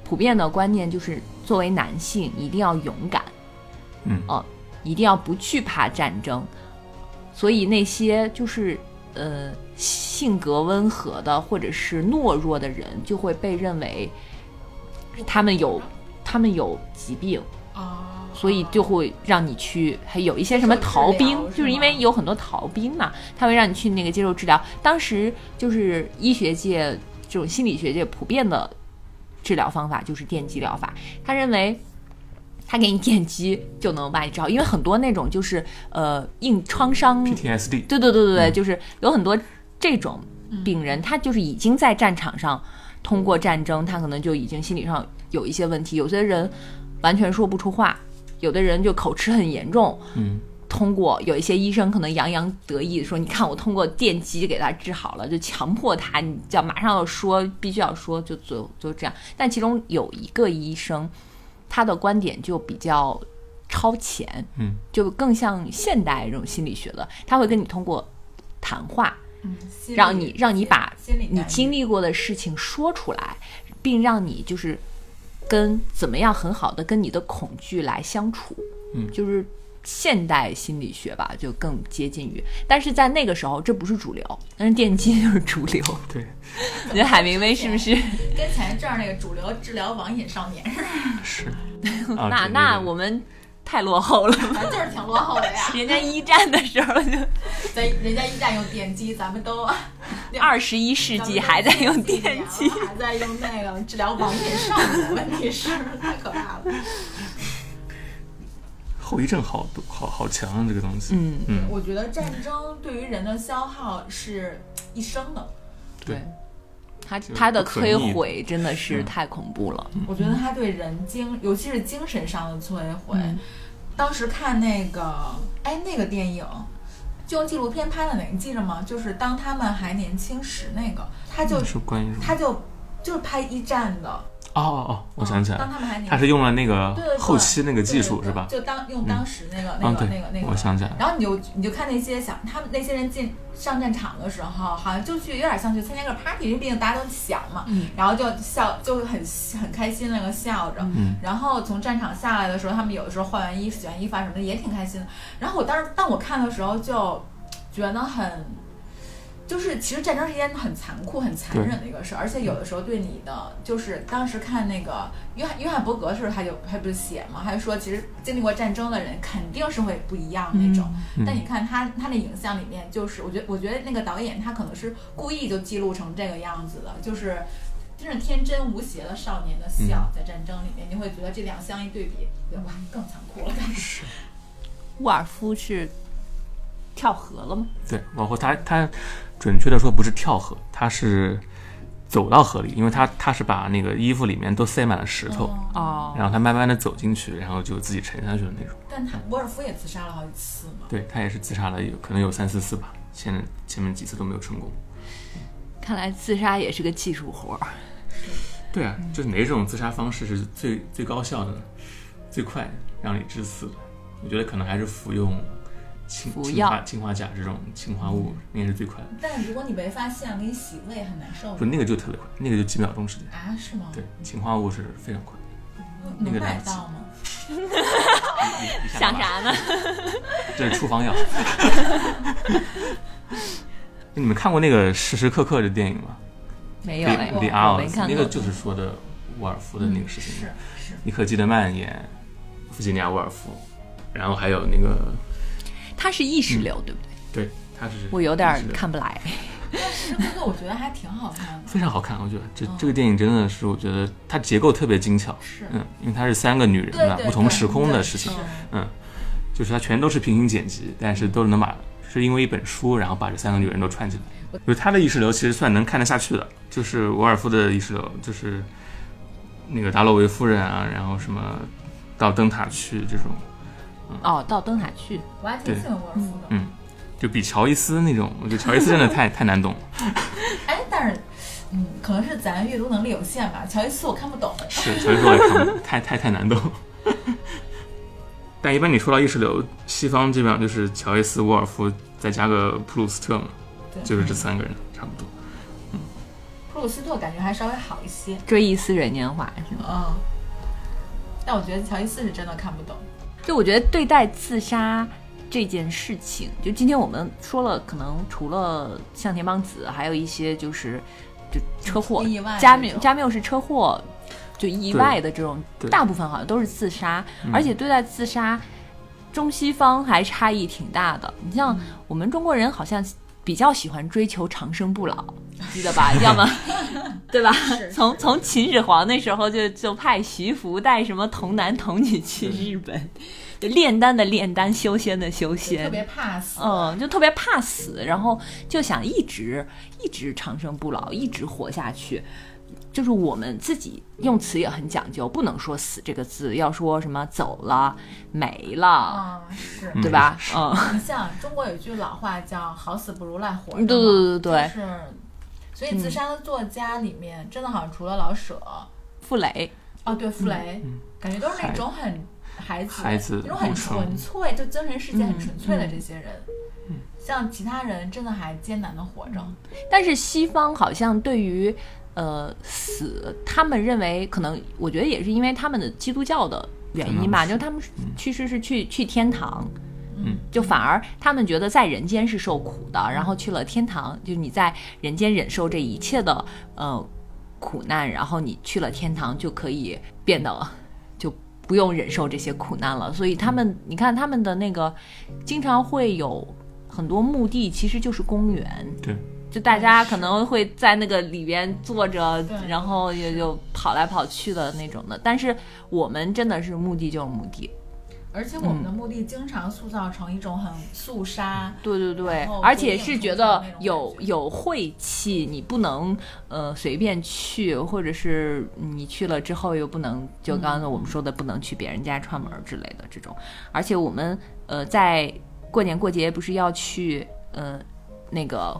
[SPEAKER 1] 普遍的观念就是作为男性一定要勇敢。呃
[SPEAKER 2] 嗯，
[SPEAKER 1] 一定要不惧怕战争。所以那些就是呃性格温和的或者是懦弱的人，就会被认为他们有他们有疾病，
[SPEAKER 3] 哦，
[SPEAKER 1] 所以就会让你去，还有一些什么逃兵
[SPEAKER 3] 受治哦疗，是吗
[SPEAKER 1] 就是因为有很多逃兵嘛，他会让你去那个接受治疗。当时就是医学界这种心理学界普遍的治疗方法就是电击疗法，他认为。他给你电击就能把你治好，因为很多那种就是呃硬创伤
[SPEAKER 2] PTSD
[SPEAKER 1] 对对对对对，
[SPEAKER 2] 嗯
[SPEAKER 1] 就是有很多这种病人，他就是已经在战场上通过战争，他可能就已经心理上有一些问题。有些人完全说不出话，有的人就口吃很严重。
[SPEAKER 2] 嗯，
[SPEAKER 1] 通过有一些医生可能洋洋得意地说：“你看，我通过电击给他治好了，就强迫他，你就要马上要说，必须要说，就就就这样。”但其中有一个医生，他的观点就比较超前，
[SPEAKER 2] 嗯，
[SPEAKER 1] 就更像现代这种心理学的，他会跟你通过谈话，
[SPEAKER 3] 嗯心理
[SPEAKER 1] 让你让你把
[SPEAKER 3] 心理
[SPEAKER 1] 你
[SPEAKER 3] 干预
[SPEAKER 1] 经历过的事情说出来，并让你就是跟怎么样很好的跟你的恐惧来相处，
[SPEAKER 2] 嗯
[SPEAKER 1] 就是现代心理学吧，就更接近于，但是在那个时候这不是主流，但是电击就是主 流。
[SPEAKER 2] 对，
[SPEAKER 1] 你觉得海明威是不是？
[SPEAKER 3] 跟前一阵儿那个主流治疗网瘾少年似的，
[SPEAKER 2] 是。啊
[SPEAKER 1] 那
[SPEAKER 2] 对
[SPEAKER 1] 那
[SPEAKER 2] 对对
[SPEAKER 1] 我们太落后了，
[SPEAKER 3] 咱就是挺落后的 呀。
[SPEAKER 1] 人家一战的时候就
[SPEAKER 3] 咱人家一战用电击，咱们都
[SPEAKER 2] 啊
[SPEAKER 1] 二十一世纪还在用电击。
[SPEAKER 3] 啊还在用那个治疗网瘾少女，问题是太可怕了。
[SPEAKER 2] 后遗症好多，好好强啊，这个东西。
[SPEAKER 1] 嗯，
[SPEAKER 2] 嗯，
[SPEAKER 3] 我觉得战争对于人的消耗是一生的，
[SPEAKER 1] 对
[SPEAKER 2] 对，
[SPEAKER 1] 他
[SPEAKER 2] 就
[SPEAKER 1] 他的
[SPEAKER 2] 不可逆的
[SPEAKER 1] 摧毁真的是
[SPEAKER 2] 嗯
[SPEAKER 1] 太恐怖了。
[SPEAKER 3] 我觉得它对人精，尤其是精神上的摧毁。
[SPEAKER 1] 嗯
[SPEAKER 3] 当时看那个，哎，那个电影。就用纪录片拍的那个，你记着吗？就是当他们还年轻时那个，他就
[SPEAKER 2] 就是关于什么？
[SPEAKER 3] 他就就是拍一战的，嗯
[SPEAKER 2] 哦哦哦，我想起来
[SPEAKER 3] 当
[SPEAKER 2] 了，
[SPEAKER 3] 他们还年
[SPEAKER 2] 他是用了那个
[SPEAKER 3] 对对对
[SPEAKER 2] 后期那个技术
[SPEAKER 3] 对对
[SPEAKER 2] 是吧？
[SPEAKER 3] 就当用当时那个、那
[SPEAKER 2] 嗯
[SPEAKER 3] 个、
[SPEAKER 2] 对
[SPEAKER 3] 那个那个，
[SPEAKER 2] 我想起来了。
[SPEAKER 3] 然后你就你就看那些想他们那些人进上战场的时候，好像就去有点像去参加个 party，因为毕竟大家都想嘛，
[SPEAKER 1] 嗯
[SPEAKER 3] 然后就笑就很很开心那个笑着。
[SPEAKER 2] 嗯，
[SPEAKER 3] 然后从战场下来的时候，他们有的时候换完衣服、洗完衣服啊什么的也挺开心的。然后我当时当我看的时候，就觉得很，就是其实战争是一件很残酷、很残忍的一个事儿，而且有的时候对你的，就是当时看那个约翰约翰伯格的时候，他就他不是写嘛，他就说其实经历过战争的人肯定是会不一样那种。
[SPEAKER 2] 嗯
[SPEAKER 3] 但你看他他那影像里面，就是我觉得我觉得那个导演他可能是故意就记录成这个样子的，就是真是天真无邪的少年的
[SPEAKER 2] 嗯
[SPEAKER 3] 笑，在战争里面，你会觉得这两相一对比，觉得哇更残酷了。
[SPEAKER 1] 沃尔夫是跳河了吗？
[SPEAKER 2] 对，包括他他准确的说不是跳河，他是走到河里，因为他他是把那个衣服里面都塞满了石头，
[SPEAKER 1] 哦，
[SPEAKER 2] 然后他慢慢的走进去，然后就自己沉下去的那种。
[SPEAKER 3] 但他沃尔夫也自杀了好几次嘛，
[SPEAKER 2] 对他也是自杀了有，可能有三四次吧，现在前面几次都没有成功。
[SPEAKER 1] 看来自杀也是个技术活儿。
[SPEAKER 2] 对啊，
[SPEAKER 1] 嗯
[SPEAKER 2] 就是哪种自杀方式是最最高效的呢？最快让你致死的？我觉得可能还是服用氰
[SPEAKER 1] 服
[SPEAKER 2] 氰
[SPEAKER 1] 药
[SPEAKER 2] 化氰化钾这种氰化物，那个是最快的。
[SPEAKER 3] 但如果你被发现了，给你洗胃很难受
[SPEAKER 2] 不，那个就特别快，那个就几秒钟时间。
[SPEAKER 3] 啊？是吗？
[SPEAKER 2] 对，氰化物是非常快。那
[SPEAKER 3] 能
[SPEAKER 2] 个
[SPEAKER 3] 买
[SPEAKER 2] 了不起
[SPEAKER 3] 到吗？
[SPEAKER 2] 你你
[SPEAKER 1] 想啥呢？
[SPEAKER 2] 这是 处方药。你们看过那个《时时刻刻》的电影吗？
[SPEAKER 1] 没有哎，
[SPEAKER 2] The
[SPEAKER 1] 我
[SPEAKER 2] The
[SPEAKER 1] 我没
[SPEAKER 2] Hours，
[SPEAKER 1] 看
[SPEAKER 2] 那
[SPEAKER 1] 过。嗯
[SPEAKER 2] 个就是说的沃尔夫的那个事情
[SPEAKER 3] 是。是，
[SPEAKER 2] 尼克基德曼演弗吉尼亚·沃尔夫，然后还有那个，
[SPEAKER 1] 他是意识
[SPEAKER 2] 嗯
[SPEAKER 1] 流，对不对？
[SPEAKER 2] 对，他是
[SPEAKER 1] 我有点儿
[SPEAKER 2] 是的
[SPEAKER 1] 看不来。
[SPEAKER 3] 这个我觉得还挺好看的。
[SPEAKER 2] 非常好看，我觉得这
[SPEAKER 1] 哦
[SPEAKER 2] 这个电影真的是，我觉得它结构特别精巧，
[SPEAKER 3] 是
[SPEAKER 2] 嗯，因为它是三个女人
[SPEAKER 3] 对
[SPEAKER 2] 嘛，
[SPEAKER 3] 对，
[SPEAKER 2] 不同
[SPEAKER 3] 对
[SPEAKER 2] 时空的
[SPEAKER 3] 对
[SPEAKER 2] 事情
[SPEAKER 3] 是，
[SPEAKER 2] 嗯，就是它全都是平行剪辑，但是都能把是因为一本书，然后把这三个女人都串起来。就是他的意识流其实算能看得下去的，就是沃尔夫的意识流，就是那个达洛维夫人啊，然后什么到灯塔去这种，
[SPEAKER 1] 哦，到灯塔去，
[SPEAKER 3] 我还挺喜欢沃尔夫的。
[SPEAKER 2] 嗯，就比乔伊斯那种，我觉得乔伊斯真的太太难懂了。
[SPEAKER 3] 哎，但是，嗯，可能是咱阅读能力有限吧。乔伊斯我看不懂，
[SPEAKER 2] 是，所以说我也看不懂，太太太难懂。但一般你说到意识流，西方基本上就是乔伊斯、沃尔夫，再加个普鲁斯特嘛，
[SPEAKER 3] 对，
[SPEAKER 2] 就是这三个人差不多。
[SPEAKER 3] 普鲁斯特感觉还稍微好一些。
[SPEAKER 1] 《追忆似水年华》是吗？
[SPEAKER 3] 嗯，但我觉得乔伊斯是真的看不懂。
[SPEAKER 1] 就我觉得对待自杀这件事情，就今天我们说了，可能除了向田邦子，还有一些就是就车祸
[SPEAKER 3] 意外，
[SPEAKER 1] 加
[SPEAKER 3] 那
[SPEAKER 1] 缪
[SPEAKER 3] 种
[SPEAKER 1] 加缪是车祸，就意外的这种，
[SPEAKER 2] 对
[SPEAKER 1] 大部分好像都是自杀，而且对待自杀，中西方还差异挺大的。你
[SPEAKER 3] 嗯
[SPEAKER 1] 像我们中国人好像。比较喜欢追求长生不老，记得 吧？要么，对吧？
[SPEAKER 3] 是
[SPEAKER 1] 从从秦始皇那时候就就派徐福带什么童男童女去日本，就炼丹的炼丹，修仙的修
[SPEAKER 3] 就特
[SPEAKER 1] 仙，
[SPEAKER 3] 别怕死。
[SPEAKER 1] 嗯，就特别怕死，然后就想一直一直长生不老，一直活下去。就是我们自己用词也很讲究，不能说“死”这个字，要说什么走了、没了，
[SPEAKER 3] 啊、是。
[SPEAKER 1] 对吧？嗯，
[SPEAKER 3] 你像中国有句老话叫“好死不如赖活着”
[SPEAKER 1] 对
[SPEAKER 3] 嘛，
[SPEAKER 1] 对对嗯对
[SPEAKER 3] 就是，所以自杀的作家里面，真的好像除了老舍，
[SPEAKER 1] 傅雷，
[SPEAKER 3] 哦，对，傅雷，感觉都是那种很孩子、
[SPEAKER 2] 嗯孩子
[SPEAKER 3] 那种很
[SPEAKER 2] 不成
[SPEAKER 3] 纯粹，就精神世界很
[SPEAKER 1] 嗯
[SPEAKER 3] 纯粹的这些人。
[SPEAKER 2] 嗯
[SPEAKER 3] 像其他人真的还艰难的活着，
[SPEAKER 1] 但是西方好像对于呃死，他们认为可能，我觉得也是因为他们的基督教的原因吧，
[SPEAKER 2] 可能是
[SPEAKER 1] 就他们去世是去去天堂，
[SPEAKER 2] 嗯，
[SPEAKER 1] 就反而他们觉得在人间是受苦的，然后去了天堂，就你在人间忍受这一切的呃苦难，然后你去了天堂就可以变得就不用忍受这些苦难了。所以他们，你看他们的那个经常会有很多墓地，其实就是公园，
[SPEAKER 2] 对，
[SPEAKER 1] 就大家可能会在那个里边坐着
[SPEAKER 3] 对，
[SPEAKER 1] 然后也就跑来跑去的那种的。但是我们真的是墓地就是墓地，
[SPEAKER 3] 而且我们
[SPEAKER 2] 嗯
[SPEAKER 3] 的墓地经常塑造成一种很肃杀，
[SPEAKER 1] 对对对
[SPEAKER 3] 然后，
[SPEAKER 1] 而且是觉得
[SPEAKER 3] 不定
[SPEAKER 1] 有
[SPEAKER 3] 冲突那种感觉
[SPEAKER 1] 有晦气，你不能呃随便去，或者是你去了之后又不能，就
[SPEAKER 3] 嗯
[SPEAKER 1] 刚刚我们说的不能去别人家串门之类的这种。而且我们呃在过年过节不是要去呃那个。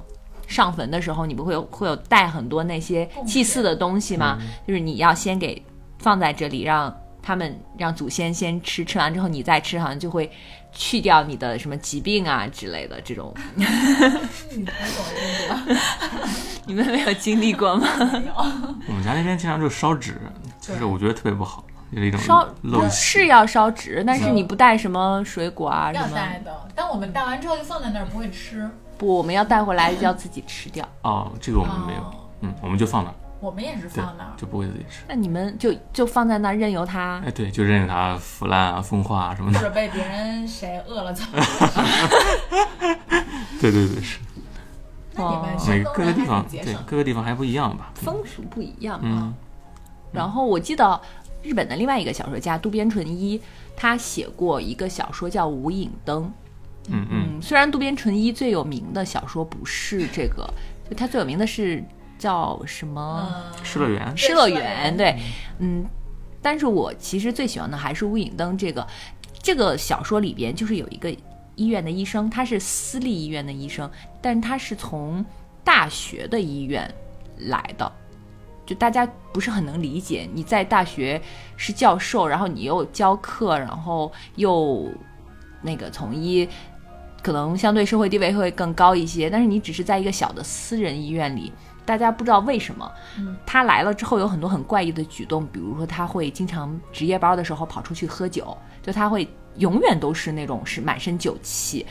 [SPEAKER 1] 上坟的时候，你不会有会有带很多那些
[SPEAKER 3] 贡
[SPEAKER 1] 祭祀
[SPEAKER 3] 品
[SPEAKER 1] 的东西吗？就是你要先给放在这里，让他们让祖先先吃，吃完之后你再吃，好像就会去掉你的什么疾病啊之类的这 种。
[SPEAKER 2] 嗯
[SPEAKER 3] 你你懂
[SPEAKER 1] 你们没有经历过吗？
[SPEAKER 3] 这个没有？
[SPEAKER 2] 我们家那边经常就是烧纸，就是
[SPEAKER 3] 对
[SPEAKER 2] 我觉得特别不好，就是一种
[SPEAKER 1] 烧
[SPEAKER 2] 陋习。
[SPEAKER 1] 是要烧纸，但是你不带什么水果啊什
[SPEAKER 3] 要
[SPEAKER 1] 么
[SPEAKER 3] 带？
[SPEAKER 2] 嗯
[SPEAKER 3] 的，但我们带完之后就放在那儿不会吃。
[SPEAKER 1] 不，我们要带回来要自己吃掉。
[SPEAKER 2] 哦，这个我们没有，
[SPEAKER 3] 哦
[SPEAKER 2] 嗯，我们就放那儿，
[SPEAKER 3] 我们也是
[SPEAKER 2] 对
[SPEAKER 3] 放那儿，
[SPEAKER 2] 就不会自己吃。
[SPEAKER 1] 那你们就就放在那儿任由它
[SPEAKER 2] 哎，对，就任由它腐烂啊、风化啊什么
[SPEAKER 3] 或
[SPEAKER 2] 的。
[SPEAKER 3] 者被别人谁饿 了怎么？
[SPEAKER 2] 对对对，是
[SPEAKER 3] 那你们
[SPEAKER 2] 哦每
[SPEAKER 3] 山
[SPEAKER 2] 个
[SPEAKER 3] 东
[SPEAKER 2] 各个
[SPEAKER 3] 人
[SPEAKER 2] 地
[SPEAKER 3] 还
[SPEAKER 2] 方
[SPEAKER 3] 挺节
[SPEAKER 2] 对
[SPEAKER 3] 省的。
[SPEAKER 2] 各个地方还不一样吧？
[SPEAKER 1] 风俗不一样嘛。
[SPEAKER 2] 嗯，
[SPEAKER 1] 然后我记得日本的另外一个小说家渡边淳一，他写过一个小说叫《无影灯》。
[SPEAKER 2] 嗯嗯，
[SPEAKER 1] 嗯，虽然渡边淳一最有名的小说不是这个，就他最有名的是叫什么？
[SPEAKER 3] 嗯，，
[SPEAKER 2] 失乐园
[SPEAKER 1] 《失乐
[SPEAKER 3] 失乐
[SPEAKER 1] 园》
[SPEAKER 3] 园
[SPEAKER 1] 对，嗯，但是我其实最喜欢的还是《无影灯》这个这个小说里边，就是有一个医院的医生，他是私立医院的医生，但他是从大学的医院来的，就大家不是很能理解，你在大学是教授，然后你又教课，然后又那个从医。可能相对社会地位会更高一些，但是你只是在一个小的私人医院里，大家不知道为什么，他来了之后有很多很怪异的举动，比如说他会经常值夜班的时候跑出去喝酒，就他会永远都是那种是满身酒气，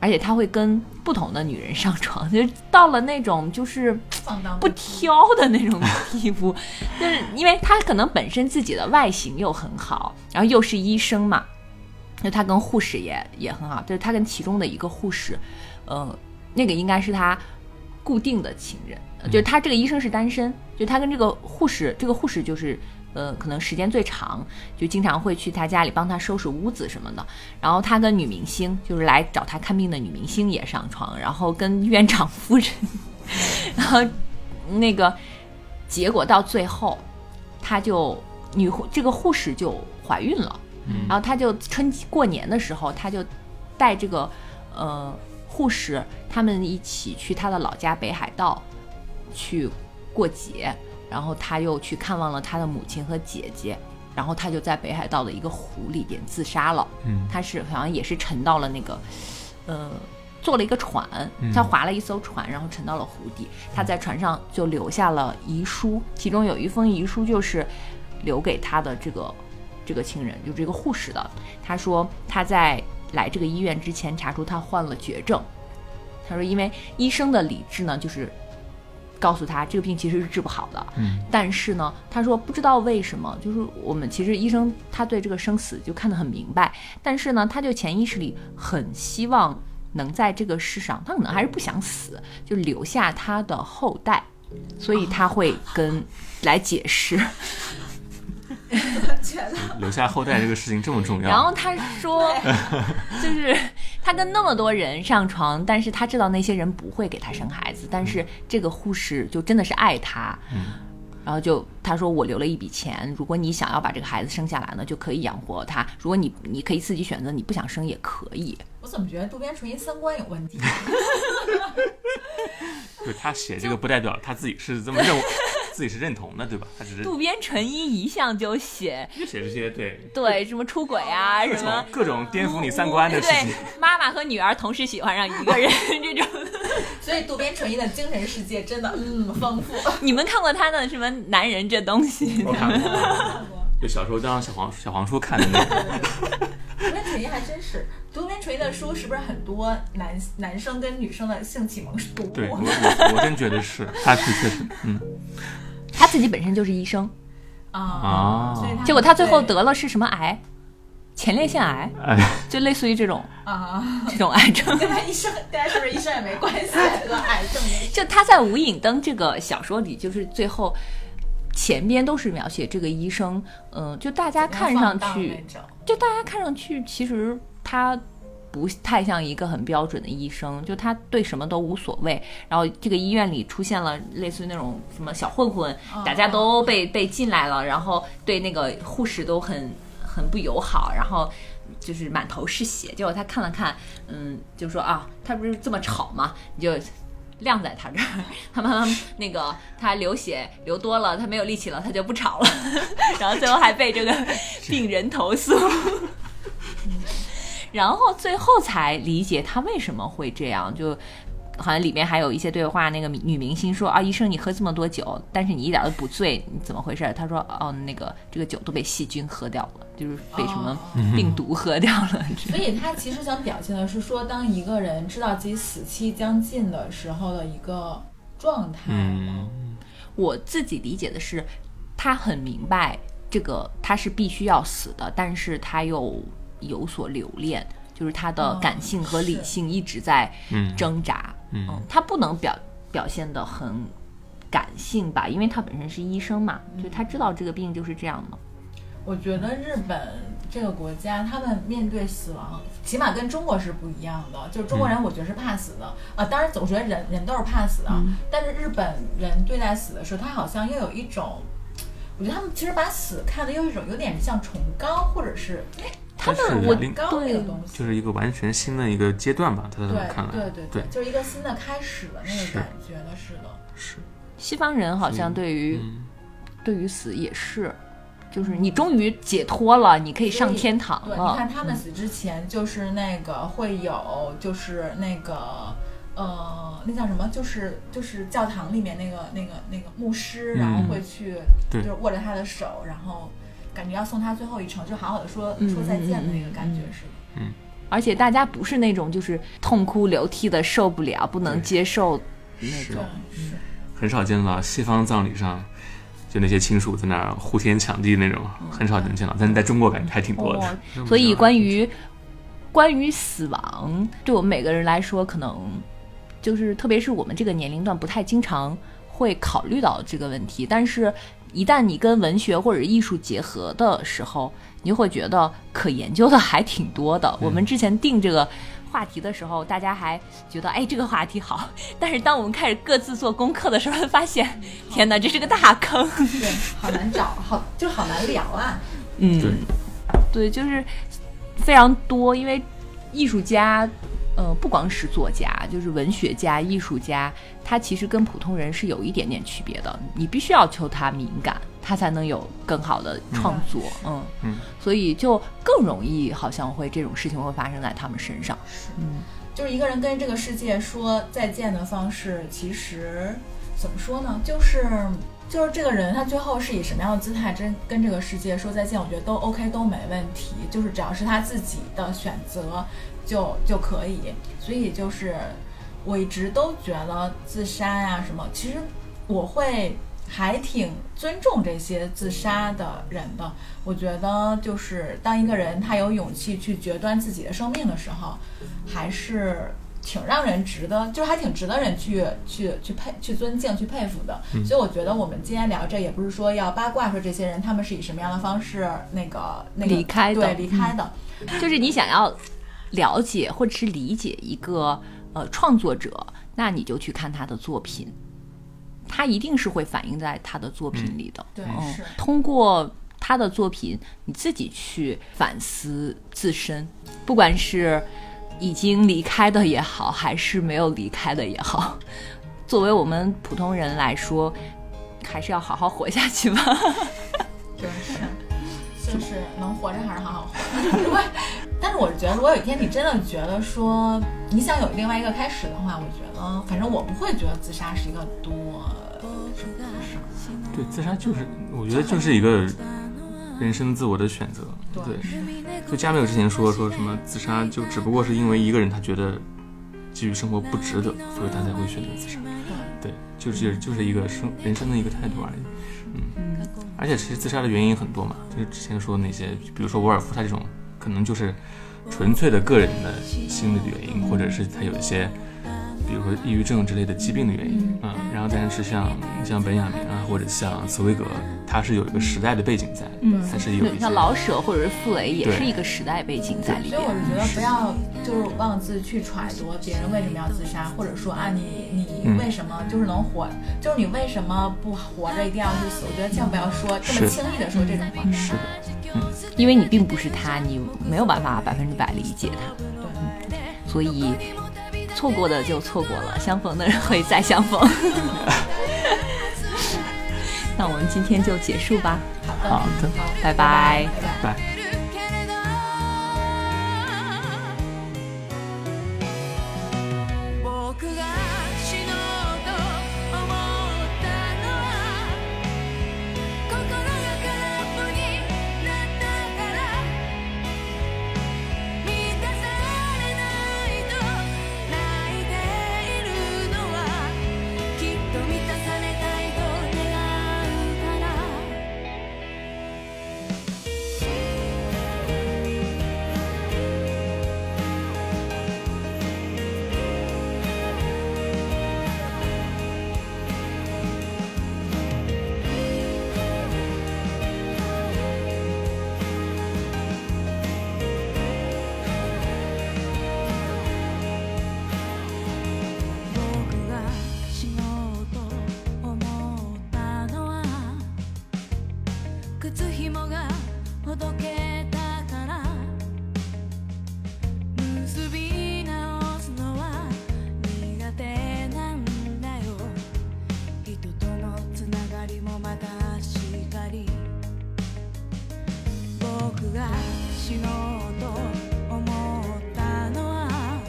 [SPEAKER 1] 而且他会跟不同的女人上床， 就到了那种就是
[SPEAKER 3] 放荡
[SPEAKER 1] 不
[SPEAKER 3] 不羁
[SPEAKER 1] 挑的那种 地步，就是因为他可能本身自己的外形又很好，然后又是医生嘛，就他跟护士也也很好，就是他跟其中的一个护士，呃，那个应该是他固定的情人，呃就是他这个医生是单身，就他跟这个护士，这个护士就是呃，可能时间最长，就经常会去他家里帮他收拾屋子什么的。然后他跟女明星，就是来找他看病的女明星也上床，然后跟院长夫人，然后那个结果到最后，他就女护这个护士就怀孕了。然后他就春节过年的时候，他就带这个呃护士他们一起去他的老家北海道去过节，然后他又去看望了他的母亲和姐姐，然后他就在北海道的一个湖里边自杀了。
[SPEAKER 2] 嗯
[SPEAKER 1] 他是好像也是沉到了那个，呃，坐了一个船
[SPEAKER 2] 嗯，
[SPEAKER 1] 他划了一艘船，然后沉到了湖底。他在船上就留下了遗书，其中有一封遗书就是留给他的这个这个亲人，就这个护士的。他说他在来这个医院之前查出他患了绝症，他说因为医生的理智呢就是告诉他这个病其实是治不好的，
[SPEAKER 2] 嗯
[SPEAKER 1] 但是呢，他说不知道为什么，就是我们其实医生他对这个生死就看得很明白，但是呢，他就潜意识里很希望能在这个世上，他可能还是不想死，就留下他的后代，所以他会跟来解释。
[SPEAKER 3] 觉得
[SPEAKER 2] 留下后代这个事情这么重要，
[SPEAKER 1] 然后他说，就是他跟那么多人上床，但是他知道那些人不会给他生孩子，但是这个护士就真的是爱他。然后就他说我留了一笔钱，如果你想要把这个孩子生下来呢，就可以养活他。如果你你可以自己选择，你不想生也可以。
[SPEAKER 3] 我怎么觉得渡边淳一三观有问题？
[SPEAKER 2] 就是他写这个不代表他自己是这么认为，自己是认同的，对吧？他只是
[SPEAKER 1] 渡边淳一一向就写
[SPEAKER 2] 就写这些对
[SPEAKER 1] 对什么出轨啊
[SPEAKER 2] 各
[SPEAKER 1] 什么
[SPEAKER 2] 种。各种颠覆你三观的事情
[SPEAKER 1] 对。，妈妈和女儿同时喜欢上一个人这种，
[SPEAKER 3] 所以渡边淳一的精神世界真的嗯丰富。
[SPEAKER 2] 嗯
[SPEAKER 1] 你们看过他的什么男人这东西？
[SPEAKER 2] 我看过，就小时候当小黄小黄书看的那个。
[SPEAKER 3] 读文垂还真是，读文垂的书是不是很多男男生跟女生的性启蒙读物？
[SPEAKER 2] 对我我我真觉得是，他是确实，嗯，
[SPEAKER 1] 他自己本身就是医生，
[SPEAKER 3] 啊，所以他
[SPEAKER 1] 结果他最后
[SPEAKER 3] 对嗯
[SPEAKER 1] 得了是什么癌？前列腺癌，
[SPEAKER 2] 哎，
[SPEAKER 1] 就类似于这种
[SPEAKER 3] 啊，
[SPEAKER 1] 这种癌症。
[SPEAKER 3] 跟他医生，跟他是不是医生也没关系，得癌症 没
[SPEAKER 1] 就他在《无影灯》这个小说里，就是最后前边都是描写这个医生，嗯、就大家看上
[SPEAKER 3] 放荡
[SPEAKER 1] 去，
[SPEAKER 3] 那种
[SPEAKER 1] 就大家看上去其实他。不太像一个很标准的医生，就他对什么都无所谓。然后这个医院里出现了类似于那种什么小混混，大家都被被进来了，然后对那个护士都很很不友好，然后就是满头是血。结果他看了看，嗯，就说啊，他不是这么吵嘛，你就晾在他这儿。 他妈妈那个他流血流多了，他没有力气了，他就不吵了。 然后最后还被这个病人投诉，然后最后才理解他为什么会这样，就。好像里面还有一些对话，那个女明星说啊，医生你喝这么多酒，但是你一点都不醉，你怎么回事？他说哦，那个这个酒都被细菌喝掉了，就是被什么病毒喝掉了。
[SPEAKER 3] 所以他其实想表现的是说，当一个人知道自己死期将近的时候的一个状态嘛。
[SPEAKER 2] 嗯，
[SPEAKER 1] 我自己理解的是，他很明白这个他是必须要死的，但是他又有所留恋，就是他的
[SPEAKER 3] 哦
[SPEAKER 1] 感性和理
[SPEAKER 3] 是
[SPEAKER 1] 性一直在
[SPEAKER 2] 嗯
[SPEAKER 1] 挣扎。
[SPEAKER 2] 嗯
[SPEAKER 1] 他不能表表现的很感性吧，因为他本身是医生嘛，
[SPEAKER 3] 嗯
[SPEAKER 1] 就他知道这个病就是这样的。
[SPEAKER 3] 我觉得日本这个国家，他们面对死亡，起码跟中国是不一样的。就是中国
[SPEAKER 2] 嗯
[SPEAKER 3] 人，我觉得是怕死的、啊。当然，总觉得人人都是怕死的、
[SPEAKER 2] 嗯
[SPEAKER 3] 但是日本人对待死的时候，他好像又有一种，我觉得他们其实把死看的又有一种有点像崇高，或者是
[SPEAKER 1] 他
[SPEAKER 2] 但
[SPEAKER 1] 们
[SPEAKER 2] 是啊
[SPEAKER 1] 我
[SPEAKER 2] 另
[SPEAKER 3] 高那
[SPEAKER 1] 对
[SPEAKER 3] 个东西。
[SPEAKER 2] 就是一个完全新的一个阶段吧，他在
[SPEAKER 3] 对
[SPEAKER 2] 我看来，
[SPEAKER 3] 对对
[SPEAKER 2] 对，
[SPEAKER 3] 就是一个新的开始的那个
[SPEAKER 2] 是
[SPEAKER 3] 感觉的，是的，
[SPEAKER 2] 是，
[SPEAKER 1] 西方人好像
[SPEAKER 2] 嗯
[SPEAKER 1] 对于、
[SPEAKER 2] 嗯，
[SPEAKER 1] 对于死也是，就是你终于解脱了，你可以上天堂
[SPEAKER 3] 嗯对，你
[SPEAKER 1] 了。
[SPEAKER 3] 看他们死之前，就是那个会有，就是那个。呃，那叫什么？就是就是教堂里面那个那个那个牧师，然后
[SPEAKER 2] 嗯
[SPEAKER 3] 会去，
[SPEAKER 2] 对
[SPEAKER 3] 就是握着他的手，然后感觉要送他最后一程，就好好的说、
[SPEAKER 1] 嗯
[SPEAKER 3] 说再见的那个
[SPEAKER 1] 嗯嗯
[SPEAKER 3] 感觉似的。
[SPEAKER 1] 而且大家不是那种就是痛哭流涕的受不了、不能
[SPEAKER 2] 对
[SPEAKER 1] 接受
[SPEAKER 2] 是啊嗯
[SPEAKER 1] 那种。
[SPEAKER 3] 是，
[SPEAKER 2] 很少见到西方葬礼上。就那些亲属在那儿呼天抢地那种，很少能见到，但是在中国感觉还挺多的。
[SPEAKER 1] 哦所以关于关于死亡，对我们每个人来说，可能就是特别是我们这个年龄段不太经常会考虑到这个问题，但是。一旦你跟文学或者艺术结合的时候，你就会觉得可研究的还挺多的。我们之前定这个话题的时候，大家还觉得哎这个话题好， 但是当我们开始各自做功课的时候，发现天哪，这是个大坑。
[SPEAKER 3] 对，好难找，好就好难聊啊。
[SPEAKER 1] 嗯，
[SPEAKER 2] 对
[SPEAKER 1] 对，就是非常多，因为艺术家，呃，不光是作家，就是文学家、艺术家，他其实跟普通人是有一点点区别的。你必须要求他敏感，他才能有更好的创作。嗯
[SPEAKER 2] 嗯
[SPEAKER 1] 所以就更容易，好像会这种事情会发生在他们身上。
[SPEAKER 3] 就是一个人跟这个世界说再见的方式，其实怎么说呢？就是就是这个人他最后是以什么样的姿态真跟这个世界说再见，我觉得都 OK 都没问题，就是只要是他自己的选择就就可以。所以就是我一直都觉得自杀呀、什么，其实我会还挺尊重这些自杀的人的。我觉得就是当一个人他有勇气去决断自己的生命的时候，还是挺让人值得，就是还挺值得人去去去佩去尊敬、去佩服的。所以我觉得我们今天聊这也不是说要八卦说这些人他们是以什么样的方式那个那个
[SPEAKER 1] 离开的嗯
[SPEAKER 3] 对离开的，
[SPEAKER 1] 就是你想要了解或者是理解一个呃创作者，那你就去看他的作品，他一定是会反映在他的作品里的。
[SPEAKER 3] 对
[SPEAKER 1] 嗯
[SPEAKER 3] 是
[SPEAKER 1] 通过他的作品，你自己去反思自身，不管是已经离开的也好，还是没有离开的也好， 作为我们普通人来说，还是要好好活下去吧。
[SPEAKER 3] 真是。就是能活着还是好好活。如果，但是我觉得，如果有一天你真的觉得说你想有另外一个开始的话，我觉得，反正我不会觉得自杀是一个多什么事儿。
[SPEAKER 2] 对自杀就是，我觉得就是一个人生自我的选择。
[SPEAKER 3] 对
[SPEAKER 2] 对，就加缪之前说说什么自杀，就只不过是因为一个人他觉得继续生活不值得，所以他才会选择自杀。对，就是就是一个生人生的一个态度而已。嗯，而且其实自杀的原因很多嘛，就是之前说的那些，比如说沃尔夫他这种，可能就是纯粹的个人的心理的原因，或者是他有一些。比如说抑郁症之类的疾病的原因啊、然后但是像像本雅明啊，或者像茨威格，他是有一个时代的背景在，
[SPEAKER 1] 嗯
[SPEAKER 2] 才是有
[SPEAKER 1] 对
[SPEAKER 2] 一，些
[SPEAKER 1] 像老舍或者是傅雷也
[SPEAKER 2] 对
[SPEAKER 1] 是一个时代背景在里
[SPEAKER 3] 所以我
[SPEAKER 1] 边。
[SPEAKER 3] 是觉得不要就是妄自去揣度别人为什么要自杀，或者说啊你你
[SPEAKER 2] 嗯
[SPEAKER 3] 为什么就是能活，就是你为什么不活着一定要去死？我觉得千万不要说这么
[SPEAKER 2] 是
[SPEAKER 3] 轻易的说这种话。
[SPEAKER 2] 是的，
[SPEAKER 1] 因为你并不是他，你没有办法百分之百理解他，嗯
[SPEAKER 3] 对，
[SPEAKER 1] 所以错过的就错过了，相逢的人会再相逢。 那我们今天就结束吧，
[SPEAKER 2] 好的，
[SPEAKER 3] 好，
[SPEAKER 1] 拜拜
[SPEAKER 3] 拜拜。
[SPEAKER 2] 拜。
[SPEAKER 4] 「けれど」「僕が死のうと思ったのは」「心が空っぽになったから」「満たされないと泣いているのは」「きっと満たされたいと願うから」僕が死のうと思ったのは靴ひもがほどけたから結び直すのは苦手なんだよ人とのつながりもまたしかり僕が死のうと思ったのは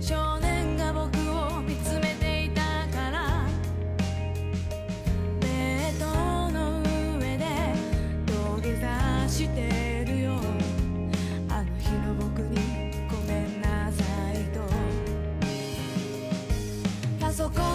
[SPEAKER 4] 少年が僕を見つめていたからベッドの上で土下座してるよあの日の僕にごめんなさいとパソコン